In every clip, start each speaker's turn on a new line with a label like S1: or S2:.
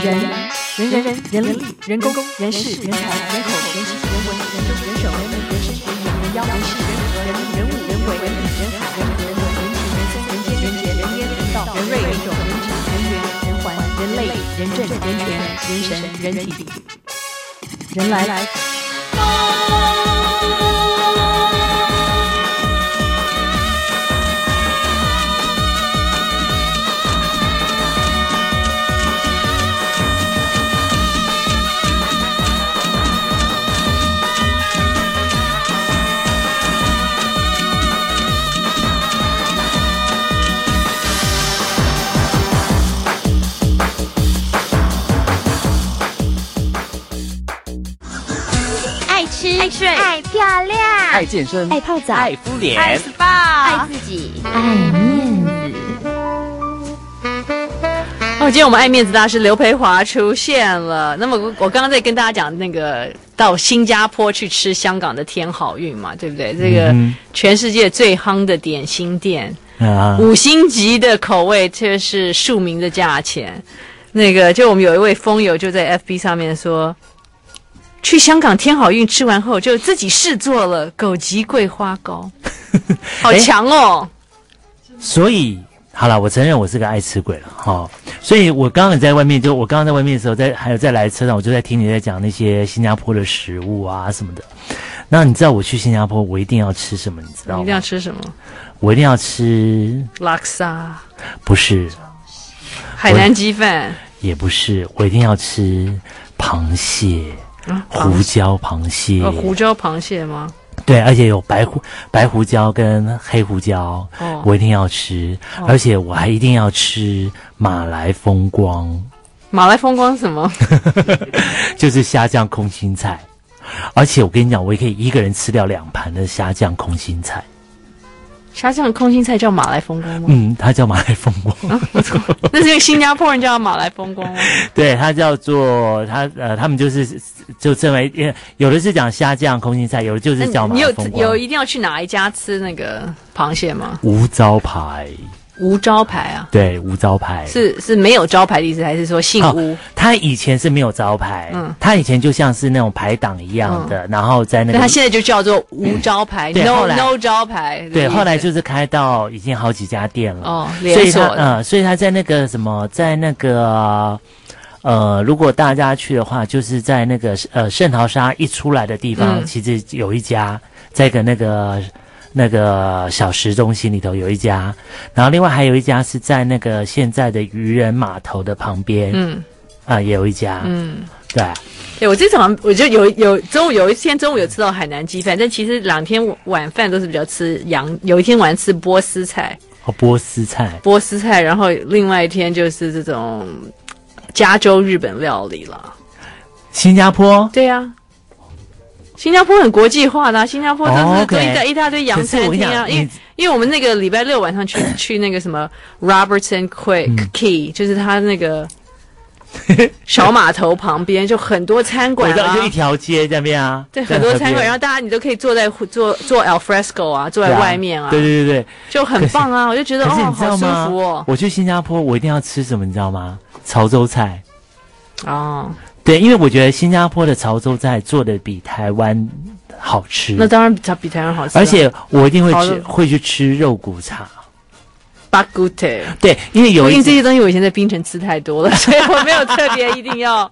S1: 人人人人人力人工人事人才人口人情人文人政人手人民人身人眼人腰人事人和人力人物人为人理人海人人文人情人松人间人杰人烟人道人瑞人种人质人缘人环人类人政人权人神人体人来来。
S2: 爱吃、爱睡、
S3: 爱漂亮，
S4: 爱健身，
S5: 爱泡澡，
S4: 爱敷脸，
S2: 爱 SPA，
S3: 爱自己。
S5: 爱面子。
S1: 哦，今天我们爱面子大师刘培华出现了。那么我我刚刚在跟大家讲那个到新加坡去吃香港的天好运嘛，对不对？这个
S4: 嗯
S1: 全世界最夯的点心店，
S4: 啊，
S1: 五星级的口味却是庶民的价钱。那个就我们有一位风友就在 FB 上面说，去香港天好运吃完后就自己试做了枸杞桂花 糕，好强哦！
S4: 所以好了，我承认我是个爱吃鬼了哈、哦所以我刚刚在外面，就我刚刚在外面的时候，在还有在来车上，我就在听你在讲那些新加坡的食物啊什么的。那你知道我去新加坡，我一定要吃什么？你知
S1: 你
S4: 道
S1: 一定要
S4: 吗？
S1: 吃什么？
S4: 我一定要吃，
S1: 拉萨
S4: 不是，
S1: 海南鸡饭。
S4: 也不是，我一定要吃螃蟹，
S1: 啊
S4: 胡椒螃蟹，
S1: 呃，胡椒螃蟹吗？
S4: 对，而且有白胡白胡椒跟黑胡椒，
S1: 哦
S4: 我一定要吃，而且我还一定要吃马来风光，
S1: 马来风光是什 么？
S4: 就是虾酱空心菜。而且我跟你讲，我也可以一个人吃掉两盘的虾酱空心菜。
S1: 沙酱空心菜叫马来风 光吗？
S4: 嗯，它叫马来风光，
S1: 哦那是因为新加坡人叫马来风光吗？
S4: 对，它叫做它呃，他们就是就称为，因为有的是讲虾酱空心菜，有的就
S1: 那
S4: 是
S1: 你
S4: 叫马
S1: 嗯你
S4: 来
S1: 有
S4: 风
S1: 有
S4: 光。
S1: 一定要去哪一家吃那个螃蟹吗？
S4: 无招牌，
S1: 无招牌啊，
S4: 对，无招牌
S1: 是是没有招牌的意思，还是说姓
S4: 哦
S1: 吴？
S4: 他以前是没有招牌，
S1: 嗯
S4: 他以前就像是那种排档一样的，然后在
S1: 那
S4: 那个
S1: 他现在就叫做无招牌
S4: 对
S1: ，no
S4: 后来
S1: no 招牌的意思。
S4: 对，后来就是开到已经好几家店了，
S1: 哦
S4: 所
S1: 连
S4: 以
S1: 锁
S4: 他
S1: 的
S4: 呃，所以他在那个什么，在那个呃，如果大家去的话，就是在那个呃圣淘沙一出来的地方，
S1: 嗯
S4: 其实有一家，在一个那个。那个小时中心里头有一家，然后另外还有一家是在那个现在的渔人码头的旁边，嗯
S1: 嗯
S4: 啊、也有一家，
S1: 嗯，
S4: 对，
S1: 对我这早上我就有有中午有一天中午有吃到海南鸡饭，但其实两天晚晚饭都是比较吃羊，有一天晚上吃波斯菜，
S4: 哦，波斯菜，
S1: 波斯菜，然后另外一天就是这种加州日本料理了。
S4: 新加坡。
S1: 对呀、新加坡很国际化的啊、新加坡都
S4: 哦
S1: 是
S4: ，OK
S1: 做一大、一大堆洋
S4: 可是
S1: 餐
S4: 我跟你
S1: 厅啊，
S4: 讲，
S1: 因为
S4: 你
S1: 因为我们那个礼拜六晚上 去去那个什么 Robertson Quick Key，、就是他那 个小码头旁边就很多餐
S4: 我
S1: 馆
S4: 到
S1: 啊
S4: 就。一条街这边啊，
S1: 对，
S4: 在
S1: 很多
S4: 河
S1: 餐馆，
S4: 边
S1: 然后大家你都可以坐在坐坐 al fresco 啊，坐
S4: 对
S1: 在
S4: 啊
S1: 外面啊，
S4: 对对对对，
S1: 就很棒啊！我就觉得
S4: 可是
S1: 哦
S4: 你，知
S1: 好
S4: 道
S1: 舒
S4: 吗？
S1: 服哦。
S4: 我去新加坡，我一定要吃什么，你知道吗？潮州菜。
S1: 哦，
S4: 对，因为我觉得新加坡的潮州菜做的比台湾好吃，
S1: 那当然比比台湾好吃啊，
S4: 而且我一定会
S1: 潮
S4: 吃，
S1: 州
S4: 会去吃肉骨茶。
S1: 巴古特。
S4: 对，因为有
S1: 因
S4: 一
S1: 为这些东西我以前在槟城吃太多 了，所以我没有特别一定要。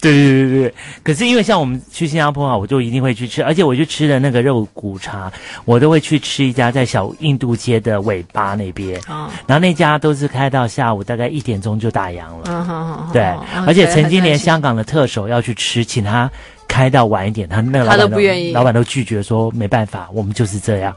S4: 对对对对对。可是因为像我们去新加坡啊，我就一定会去吃，而且我去吃的那个肉骨茶，我都会去吃一家在小印度街的尾巴那边，
S1: 啊，
S4: 然后那家都是开到下午大概一点钟就打烊了。
S1: 嗯，好好好。
S4: 对
S1: 好，
S4: 而且曾经连，
S1: 好
S4: 香港的特首要去吃，请他开到晚一点，他那个老板
S1: 他都不愿意
S4: 老板都拒绝说没办法，我们就是这样，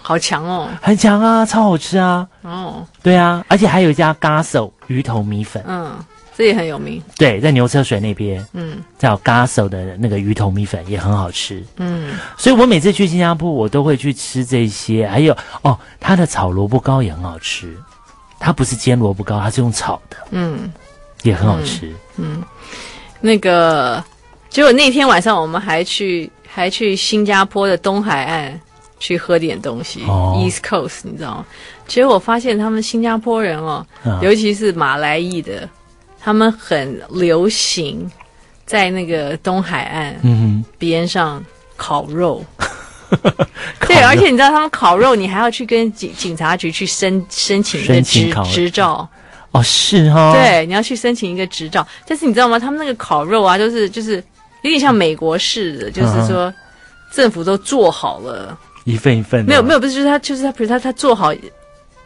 S1: 好强哦，
S4: 很强啊，超好吃啊，
S1: 哦，
S4: 对啊，而且还有一家 g a s o 鱼头米粉，
S1: 嗯，这也很有名，
S4: 对，在牛车水那边
S1: 嗯
S4: 叫 Gaso 的那个鱼头米粉也很好吃，
S1: 嗯，
S4: 所以我每次去新加坡，我都会去吃这些。还有哦，它的炒萝卜糕也很好吃，它不是煎萝卜糕，它是用炒的，
S1: 嗯，
S4: 也很好吃。
S1: 那个，结果那天晚上我们还去还去新加坡的东海岸去喝点东西、
S4: 哦
S1: e a s t Coast，你知道吗？结果我发现他们新加坡人哦，
S4: 啊
S1: 尤其是马来裔的，他们很流行在那个东海岸
S4: 嗯
S1: 边上烤 肉。
S4: 哼，
S1: 对，
S4: 烤肉
S1: 而且你知道他们烤肉，你还要去跟警警察局去申申请一个
S4: 申请
S1: 执
S4: 烤肉
S1: 执照。
S4: 哦是哈、哦，，
S1: 对，你要去申请一个执照。但是你知道吗？他们那个烤肉啊，就是就是有点像美国式的，就是说政府都做好了，
S4: 一份一份的，
S1: 没有没有，不是，就是他就是他，比如他他做好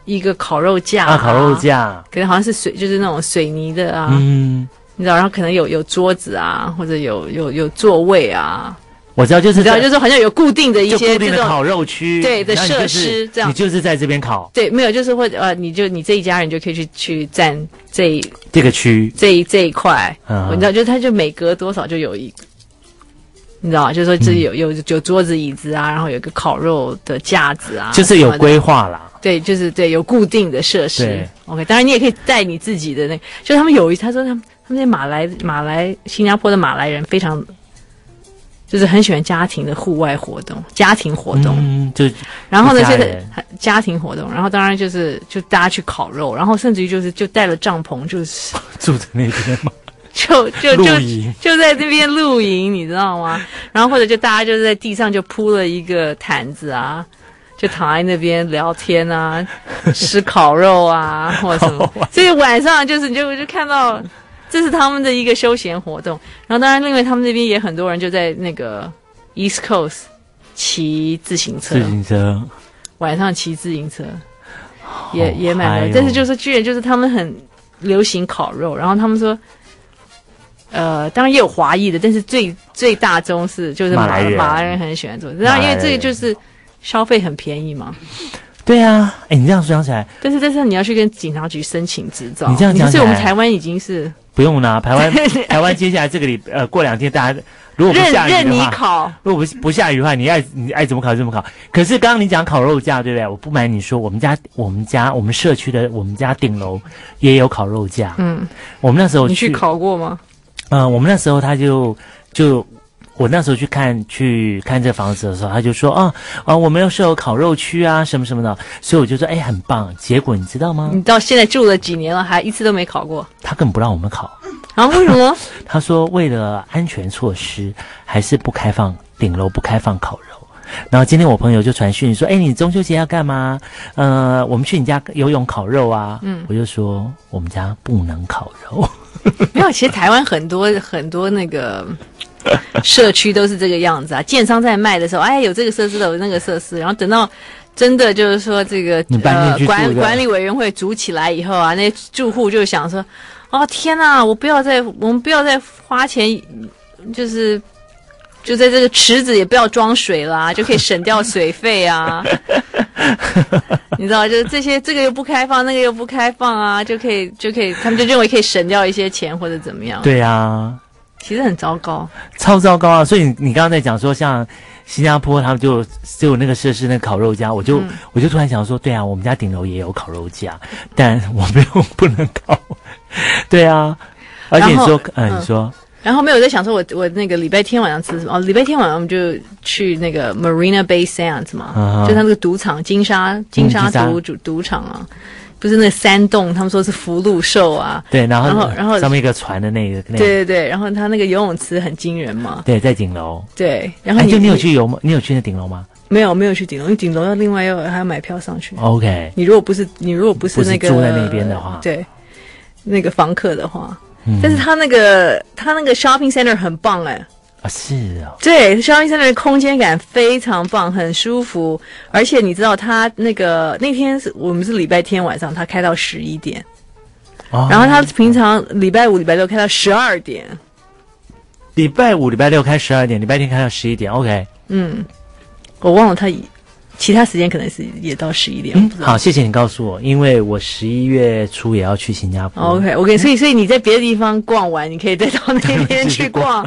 S1: 一个烤肉架
S4: 啊，烤肉，架，
S1: 可能好像是水，就是那种水泥的啊，
S4: 嗯，
S1: 你知道，然后可能有有桌子啊，或者有有有座位啊，
S4: 我知道就是
S1: 你知道，
S4: 这
S1: 就是好像有固定的一
S4: 就
S1: 些
S4: 固
S1: 这
S4: 定的
S1: 种。
S4: 烤肉区，
S1: 对的
S4: 然后你就
S1: 设
S4: 是
S1: 施这样
S4: 你就是在这边烤
S1: 对，没有，就是或者呃，你就你这一家人就可以去去占这一
S4: 这个区，
S1: 这一这一块，
S4: 嗯
S1: 你知道，就是他就每隔多少就有一，你知道，就是说这
S4: 嗯
S1: 有、有有桌子椅子啊，然后有一个烤肉的架子啊，
S4: 就是有
S1: 什么的
S4: 规划啦，
S1: 对，就是对有固定的设施
S4: 对。
S1: OK，当然你也可以带你自己的那，就他们有一他说他们他们那马来马来新加坡的马来人非常。就是很喜欢家庭的户外活动，家庭活动，
S4: 嗯，就
S1: 然后呢，
S4: 一家
S1: 就
S4: 人
S1: 是家庭活动，然后当然就是就大家去烤肉，然后甚至于就是就带了帐篷，就是
S4: 住在那边嘛，
S1: 就 就
S4: 露
S1: 就
S4: 营
S1: 就在那边露营，你知道吗？然后或者就大家就在地上就铺了一个毯子啊，就躺在那边聊天 啊，吃烤肉啊，或者什么
S4: 好玩。
S1: 所以晚上就是你就就看到，这是他们的一个休闲活动。然后当然，另外他们那边也很多人就在那个 East Coast 骑自行车，
S4: 自行车，
S1: 晚上骑自行车，也也蛮
S4: 嗨
S1: 多。
S4: 哦
S1: 但是就是说居然就是他们很流行烤肉，然后他们说，呃，当然也有华裔的，但是最最大宗是就是马
S4: 马来人
S1: 马来人很喜欢做，
S4: 来
S1: 然后因为
S4: 人
S1: 这个就是消费很便宜嘛。
S4: 对啊，哎，你这样想起来。
S1: 但是但是你要去跟警察局申请执照，
S4: 你这样讲起
S1: 所以我们
S4: 来
S1: 台湾已经是
S4: 不用啦，台湾台湾接下来这个礼呃过两天大家如果不
S1: 任
S4: 下雨
S1: 任
S4: 的
S1: 你
S4: 话，
S1: 考，
S4: 如果不不下雨的话，你爱你爱怎么烤怎么烤。可是刚刚你讲烤肉架对不对？我不瞒你说，我们家我们家我们社区的我们家顶楼也有烤肉架。
S1: 嗯，
S4: 我们那时候
S1: 你去
S4: 去，
S1: 考过吗？
S4: 呃，我们那时候他就就。我那时候去看去看这房子的时候，他就说啊啊，我们又是有烤肉区啊，什么什么的，所以我就说哎，很棒。结果你知道吗？
S1: 你到现在住了几年了，还一次都没考过，
S4: 他更不让我们烤，
S1: 然后为什么？
S4: 他说，为了安全措施，还是不开放顶楼不开放烤肉。然后今天我朋友就传讯说，哎，你中秋节要干嘛？呃，我们去你家游泳烤肉啊。嗯，我就说我们家不能烤肉。
S1: 没有，其实台湾很多 很多那个社区都是这个样子啊。建商在卖的时候，哎，有这个设施的，有那个设施，然后等到真的就是说这个呃
S4: 你搬进去住
S1: 管
S4: 的
S1: 管理委员会组起来以后啊，那些住户就想说，哦天呐，我不要再我们不要再花钱，就是。就在这个池子也不要装水啦，就可以省掉水费啊。你知道，就是这些，这个又不开放，那个又不开放啊，就可以就可以，他们就认为可以省掉一些钱或者怎么样。，
S4: 对啊，
S1: 其实很糟糕。
S4: 超糟糕啊！所以你你刚刚在讲说，像新加坡他们就就有那个设施那个烤肉架，我就、我就突然想说，对啊，我们家顶楼也有烤肉架， 但我没有不能烤。对啊，而且你
S1: 然后
S4: 说，嗯、
S1: 嗯
S4: 你说。
S1: 然后没有我在想说我，我那个礼拜天晚上吃什么？哦，礼拜天晚上我们就去那个 Marina Bay Sands 嘛，
S4: 嗯
S1: 就他那个赌场金沙啊嗯金沙赌赌赌场啊，不是那山洞，他们说是福禄寿啊。
S4: 对，然后
S1: 然后然后
S4: 上面一个船的那个，那个
S1: 对对对，然后他那个游泳池很惊人嘛，
S4: 对，在顶楼。
S1: 对。然后
S4: 哎，
S1: 你、
S4: 就你有去游吗？你有去那顶楼吗
S1: 没有没有去顶楼，因为顶楼要另外要还要买票上去。
S4: ？OK，
S1: 你如果不是你如果不是
S4: 哦不是
S1: 那个
S4: 住在那边的话嗯
S1: 对，那个房客的话，但是他那个他那个 shopping center 很棒哎、
S4: 啊是哦，
S1: 对，shopping center 的空间感非常棒，很舒服，而且你知道他那个那天是我们是礼拜天晚上，他开到十一点，
S4: 哦
S1: 然后他平常礼拜五、礼拜六开到十二点，
S4: 礼拜五、礼拜六开十二点，礼拜天开到十一点。OK，
S1: 嗯，我忘了他其他时间可能是也到十一点。我
S4: 嗯
S1: 不，知道
S4: 好，谢谢你告诉我，因为我十一月初也要去新加坡。
S1: 哦 OK OK，所以所以你在别的地方逛完，你可以再到那边
S4: 继续
S1: 去逛。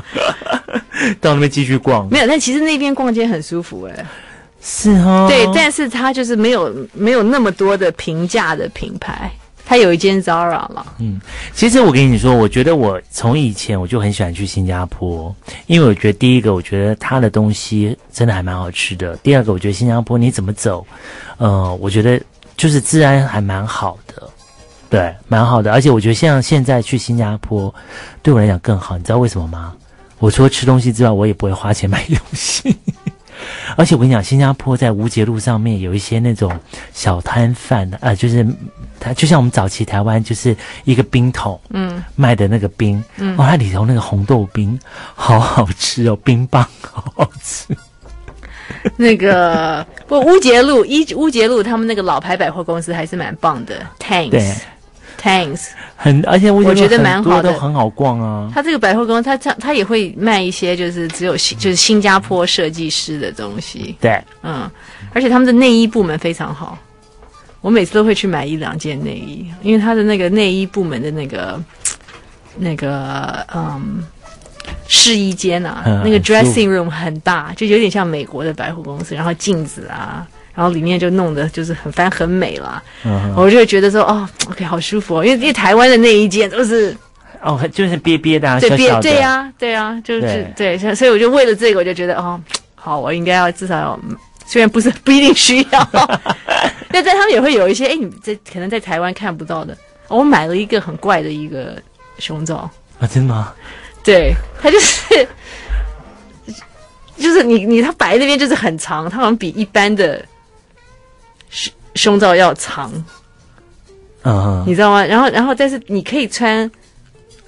S4: 到那边继续逛。
S1: 没有，但其实那边逛街很舒服哎、
S4: 是哦，
S1: 对，但是它就是没有没有那么多的平价的品牌，它有一间 Zara 了。
S4: 其实我跟你说，我觉得我从以前我就很喜欢去新加坡，因为我觉得第一个，我觉得它的东西真的还蛮好吃的；第二个，我觉得新加坡你怎么走，呃，我觉得就是治安还蛮好的，对，蛮好的。而且我觉得像现在去新加坡，对我来讲更好，你知道为什么吗？我除了吃东西之外，我也不会花钱买东西。而且我跟你讲，新加坡在无节路上面有一些那种小摊贩，呃，就是它就像我们早期台湾就是一个冰桶，嗯，卖的那个冰，嗯，哦，它里头那个红豆冰好好吃哦，冰棒好好吃，
S1: 那个不乌节路一乌节路他们那个老牌百货公司还是蛮棒的
S4: 对
S1: ，Tangs。Tangs，
S4: 很而且我
S1: 我觉得蛮好的
S4: 很多都很好逛啊。
S1: 它这个百货公司，它它它也会卖一些就是只有新就是新加坡设计师的东西，
S4: 对，
S1: 嗯，而且他们的内衣部门非常好，我每次都会去买一两件内衣，因为它的那个内衣部门的那个那个嗯试衣间啊，
S4: 嗯
S1: 那个
S4: 很舒服
S1: dressing room 很大，就有点像美国的百货公司，然后镜子啊。然后里面就弄得就是很翻很美啦，
S4: 嗯，
S1: 我就会觉得说哦，OK 好舒服哦，因为因为台湾的内衣间都是
S4: 哦，就是憋憋的、啊，
S1: 对
S4: 小
S1: 别
S4: 小的，
S1: 对呀、对呀、就是
S4: 对
S1: 对，所以我就为了这个，我就觉得哦，好，我应该要至少要，嗯虽然不是 不一定需要，但在他们也会有一些，哎，你在可能在台湾看不到的。哦我买了一个很怪的一个胸罩，
S4: 啊，真的吗？
S1: 对，它就是。就是你你它摆在那边就是很长，它好像比一般的胸胸罩要长，
S4: 嗯，
S1: 你知道吗？然后然后但是你可以穿，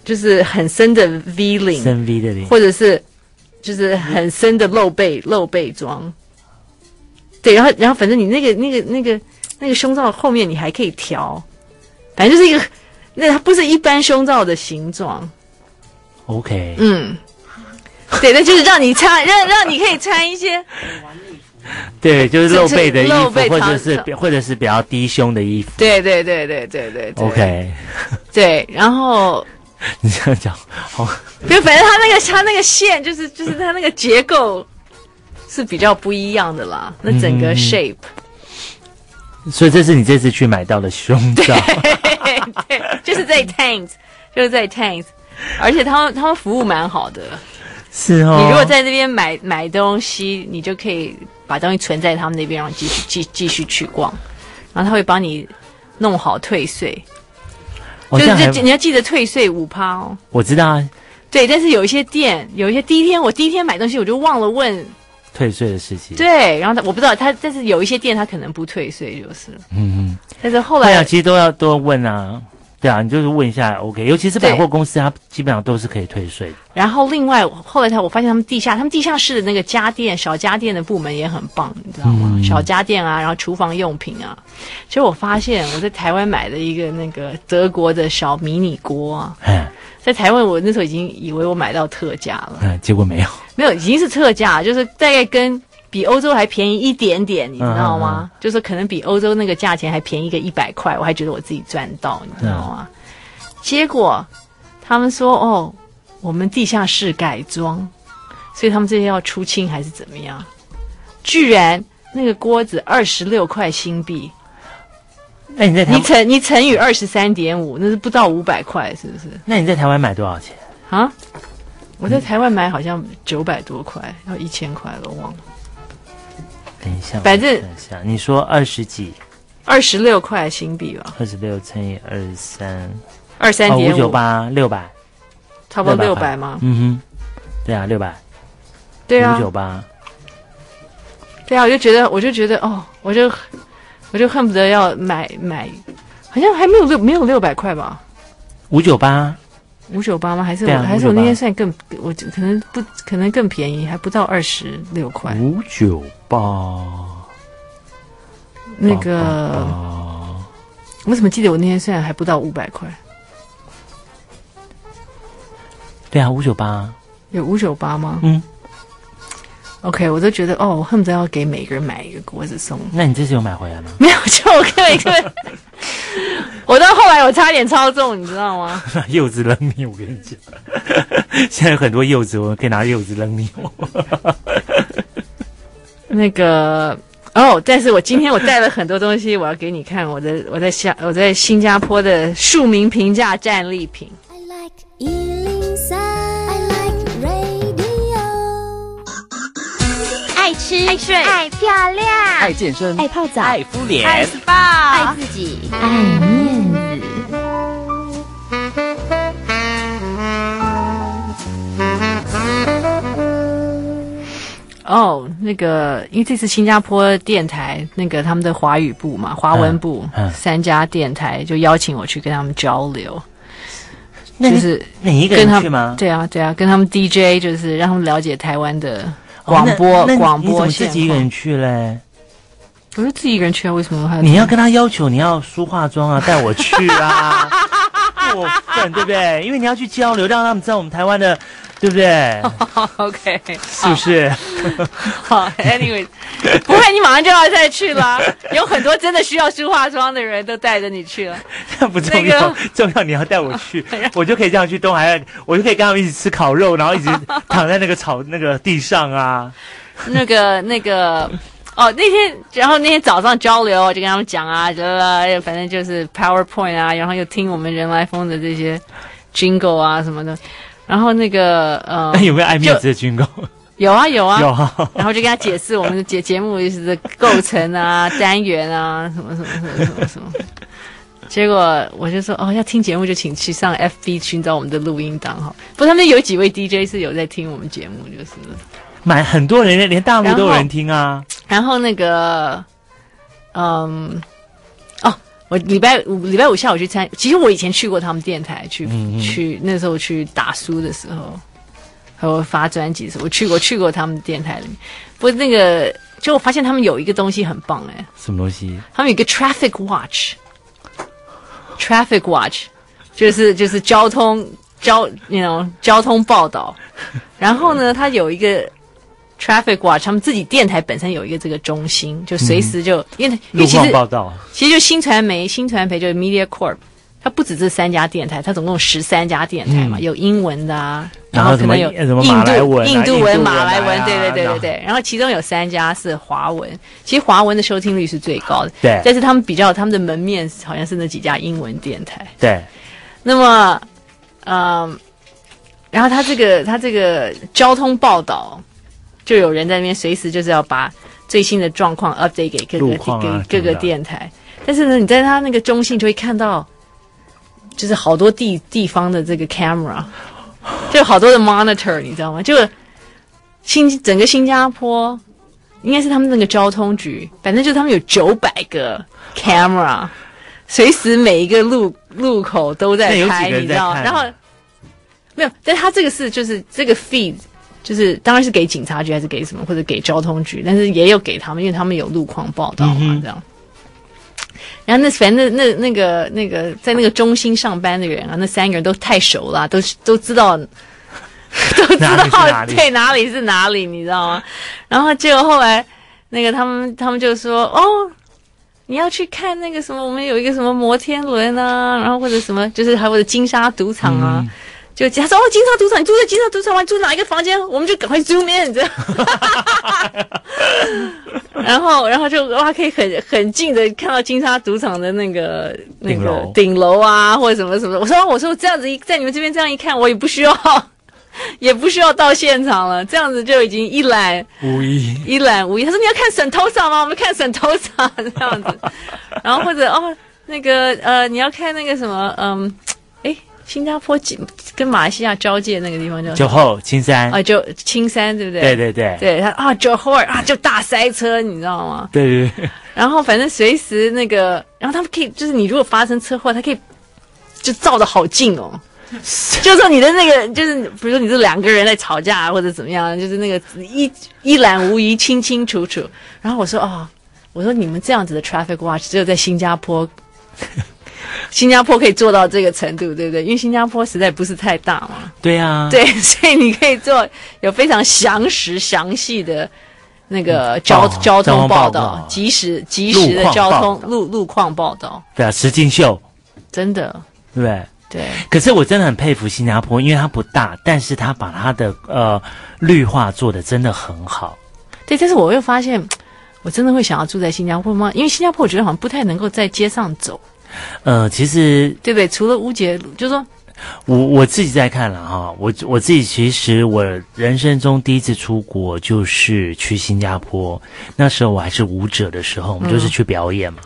S1: 就是很深的 V 领，
S4: 深 V 的脸，
S1: 或者是就是很深的露背露背装。对，然后然后反正你那个那个那个那个胸罩后面你还可以调，反正就是一个那它不是一般胸罩的形状，
S4: OK，
S1: 嗯。对，那就是让你穿， 让让你可以穿一些，
S4: 对，就是露背的衣
S1: 是是
S4: 服，
S1: 露背
S4: 或者
S1: 长
S4: 是或者是比较低胸的衣服。
S1: 对对对对对对对
S4: OK，
S1: 对，然后
S4: 你这样讲，好，
S1: 就反正它那个它那个线就是就是它那个结构是比较不一样的啦，那整个
S4: 嗯
S1: shape，
S4: 所以这是你这次去买到的胸罩。
S1: 对，就是在 Tanks，就是在 Tanks，而且他们他们服务蛮好的。
S4: 是哦，
S1: 你如果在那边买买东西，你就可以把东西存在他们那边，然后继续继继续去逛，然后他会帮你弄好退税，
S4: 哦，这
S1: 就
S4: 样
S1: 是就
S4: 还
S1: 你要记得退税五趴哦。
S4: 我知道啊，
S1: 对，但是有一些店，有一些第一天我第一天买东西我就忘了问，
S4: 退税的事情。，
S1: 对，然后他我不知道他，但是有一些店他可能不退税就是了，
S4: 嗯嗯，
S1: 但是后
S4: 对啊，
S1: 来
S4: 其实都要多问啊。对啊，你就是问一下，OK，尤其是百货公司，它基本上都是可以退税的。
S1: 然后另外，后来他我发现他们地下，他们地下室的那个家电、小家电的部门也很棒，你知道吗？小家电啊，然后厨房用品啊。其实我发现我在台湾买的一个那个德国的小迷你锅啊，
S4: 哎
S1: 在台湾我那时候已经以为我买到特价了，
S4: 哎，结果没有，
S1: 没有，已经是特价，就是大概跟比欧洲还便宜一点点，你知道吗？就是可能比欧洲那个价钱还便宜个一百块，我还觉得我自己赚到，你知道吗？结果他们说哦，我们地下室改装，所以他们这些要出清还是怎么样？居然那个锅子二十六块新币，
S4: 那你在台
S1: 你
S4: 湾，
S1: 乘你乘以二十三点五，那是不到五百块，是不是？
S4: 那你在台湾买多少钱？
S1: 啊？我在台湾买好像九百多块，要一千块了，我忘了。
S4: 等一下，
S1: 反正
S4: 等一下，你说二十几，
S1: 二十六块新币吧，
S4: 二十六乘以二十三，
S1: 二三
S4: 哦，
S1: 点
S4: 五九
S1: 五，
S4: 八，六百，
S1: 差不多
S4: 600
S1: 六
S4: 块
S1: 百嘛。
S4: 嗯哼，对啊，六百，
S1: 对啊
S4: 五，九八，
S1: 对啊，我就觉得，我就觉得，哦，我就我就恨不得要买买，好像还没有六没有六百块吧，
S4: 五九八，
S1: 五九八吗？还是我、
S4: 对啊
S1: 还是我
S4: 598
S1: 那天算更，我就可能不可能更便宜，还不到二十六块。
S4: 五九八，
S1: 那个我怎么记得我那天算还不到五百块，
S4: 对啊，五九八，
S1: 有五九八吗？
S4: 嗯，
S6: OK，我都觉得哦，我恨不得要给每个人买一个锅子送。
S4: 那你这次有买回来吗？
S1: 没有，就我跟一个，我到后来我差点超重，你知道吗？
S4: 柚子扔你，我跟你讲，现在有很多柚子，我可以拿柚子扔你。
S1: 那个哦，但是我今天我带了很多东西，我要给你看我的我在香我在新加坡的庶民平价战利品。
S7: I like Ealing Sound. I like radio.
S2: 爱吃、爱睡、爱漂亮、
S8: 爱健身，
S7: 爱泡澡，
S8: 爱敷脸，
S2: 爱 SPA、
S7: 自己。
S1: 哦，那个，因为这次新加坡电台那个他们的华语部嘛，华文部、
S4: 嗯嗯
S1: 三家电台就邀请我去跟他们交流，
S4: 那
S1: 就
S4: 你
S1: 是
S4: 那你一个
S1: 跟他们
S4: 人去吗？
S1: 对啊，对啊，跟他们 DJ 就是让他们了解台湾的广播、
S4: 哦那那你
S1: 广
S4: 你怎
S1: 播
S4: 么
S1: 现
S4: 自己一个
S1: 况。
S4: 人去嘞？
S1: 我说自己一个人去啊，为什么还
S4: 你要跟他要求你要梳化妆啊，带我去啊， 过分对不对？因为你要去交流，让他们知道我们台湾的，对不对？
S1: OK？
S4: 是 不是？
S1: 好，Anyway，不会，你马上就要再去了。有很多真的需要梳化妆的人都带着你去了。
S4: 那不重要，
S1: 那个 哎
S4: 重要你要带我 去，我就可以这样去东海岸，我就可以跟他们一起吃烤肉，然后一直躺在那个草那个地上啊。
S1: 那个那个。哦，那天，然后那天早上交流，我就跟他们讲啊，呃，反正就是 PowerPoint 啊，然后又听我们人来疯的这些 Jingle 啊什么的，然后那个呃
S4: 那 ，有没有爱面子的军工？
S1: 有啊有啊，
S4: 有啊，
S1: 然后就跟他解释我们的节节目的构成啊、单元啊，什么什么什么什么什么。结果我就说哦，要听节目就请去上 FB 寻找我们的录音档哈。不过他们有几位 DJ 是有在听我们节目，就是了。
S4: 蛮很多人连大陆都有人听啊。
S1: 然后那个，嗯，哦，我礼拜五礼拜五下午去参，其实我以前去过他们电台去、
S4: 嗯嗯
S1: 去，那时候去打书的时候，和我发专辑的时候，我去过去过他们电台里面。不过那个，就我发现他们有一个东西很棒哎、
S4: 什么东西？
S1: 他们有一个 traffic watch，traffic watch 就是就是交通交那种交通报道，然后呢，它有一个 traffic watch，他们自己电台本身有一个这个中心，就随时就、因为因
S4: 路
S1: 为其
S4: 况
S1: 实
S4: 报道，
S1: 其实就新传媒、新传媒就是 Media Corp，它不止这三家电台，它总共有十三家电台嘛，
S4: 嗯
S1: 有英文的啊，
S4: 然后
S1: 后可能有
S4: 什么
S1: 印
S4: 马来
S1: 度、
S4: 文啊
S1: 印
S4: 印
S1: 度
S4: 度文
S1: 马来
S4: 啊
S1: 文，对对对
S4: 然后
S1: 对对。然后其中有三家是华文，其实华文的收听率是最高的，
S4: 对
S1: 但是他们比较他们的门面好像是那几家英文电台，
S4: 对，
S1: 那么，嗯，然后他这个他这个交通报道，就有人在那边随时就是要把最新的状况 update 给各
S4: 路
S1: 个、
S4: 况啊
S1: 给
S4: 什么
S1: 各
S4: 的
S1: 个电台。但是呢，你在他那个中心就会看到，就是好多地地方的这个 camera，就好多的 monitor，你知道吗？就新整个新加坡。应该是他们那个交通局，反正就是他们有九百个 camera，随时每一个路路口都在
S4: 那有几
S1: 拍，
S4: 个人
S1: 你知
S4: 在
S1: 道吗？
S4: 看
S1: 然后没有，但他这个是就是这个 feed，就是当然是给警察局还是给什么或者给交通局，但是也有给他们，因为他们有路况报道
S4: 嗯
S1: 嘛，这样。然后那反正那那那个那个在那个中心上班的人啊，那三个人都太熟了，都是都知道， 都知
S4: 哪里是哪
S1: 道
S4: 里
S1: 对哪里是哪里，你知道吗？然后结果后来那个他们他们就说哦。你要去看那个什么，我们有一个什么摩天轮啊，然后或者什么，就是还有或者金沙赌场啊，
S4: 嗯
S1: 就他说哦，金沙赌场，你住在金沙赌场吗？你住哪一个房间？我们就赶快 zoom in 这样。然后，然后就哇，可以很很近的看到金沙赌场的那个那
S4: 顶
S1: 个
S4: 楼
S1: 顶楼啊，或者什么什么的。我说我说这样子一在你们这边这样一看，我也不需要， 也不需要到现场了，这样子就已经一览
S4: 无一
S1: 一览无遗。他说你要看沈头上吗？我们看沈头上这样 子，然后或者哦，那个呃，你要看那个什么，嗯，哎，新加坡几跟马来西亚交界那个地方叫
S4: 酒后青山，
S1: 啊，就青山对不对？
S4: 哦对对对
S1: 对，他啊，Johor 啊，就大塞车，你知道吗？
S4: 对对对，
S1: 然后反正随时那个，然后他们可以，就是你如果发生车祸，他可以就照的好近哦。就是说你的那个，就是比如说你这两个人在吵架啊或者怎么样，就是那个一一览无遗，清清楚楚。然后我说哦，我说你们这样子的 traffic watch 只有在新加坡新加坡可以做到这个程度，对不对？因为新加坡实在不是太大嘛，
S4: 对啊，
S1: 对，所以你可以做有非常详实、详细的那个交、
S4: 报
S1: 交
S4: 交通
S1: 通嗯
S4: 报
S1: 报啊
S4: 道
S1: 道，及时及时的交
S4: 路况报
S1: 通
S4: 道
S1: 路路况报道，
S4: 对啊，石进秀，
S1: 真的
S4: 对不对？
S1: 对。
S4: 可是我真的很佩服新加坡，因为它不大，但是它把它的呃绿化做的真的很好。
S1: 对，但是我又发现，我真的会想要住在新加坡吗？因为新加坡我觉得好像不太能够在街上走，
S4: 呃，其实
S1: 对不对？除了乌节路，就是说
S4: 我我自己在看了哈，我我自己其实我人生中第一次出国就是去新加坡，那时候我还是舞者的时候，我们就是去表演嘛。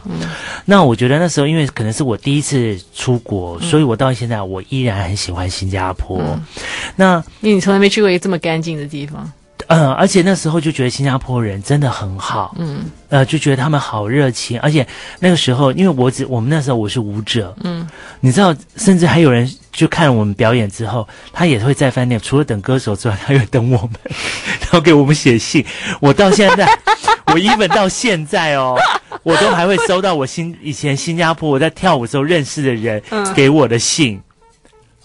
S4: 那我觉得那时候因为可能是我第一次出国，所以我到现在我依然很喜欢新加坡。那
S1: 因为你从来没去过一个这么干净的地方，
S4: 呃，而且那时候就觉得新加坡人真的很好，嗯，呃，就觉得他们好热情，而且那个时候，因为我只我们那时候我是舞者，嗯，你知道，甚至还有人就看我们表演之后，他也会在饭店，除了等歌手之外，他也会等我们，然后给我们写信。我到现在，我 even 到现在哦，我都还会收到我新以前新加坡我在跳舞时候认识的人给我的信，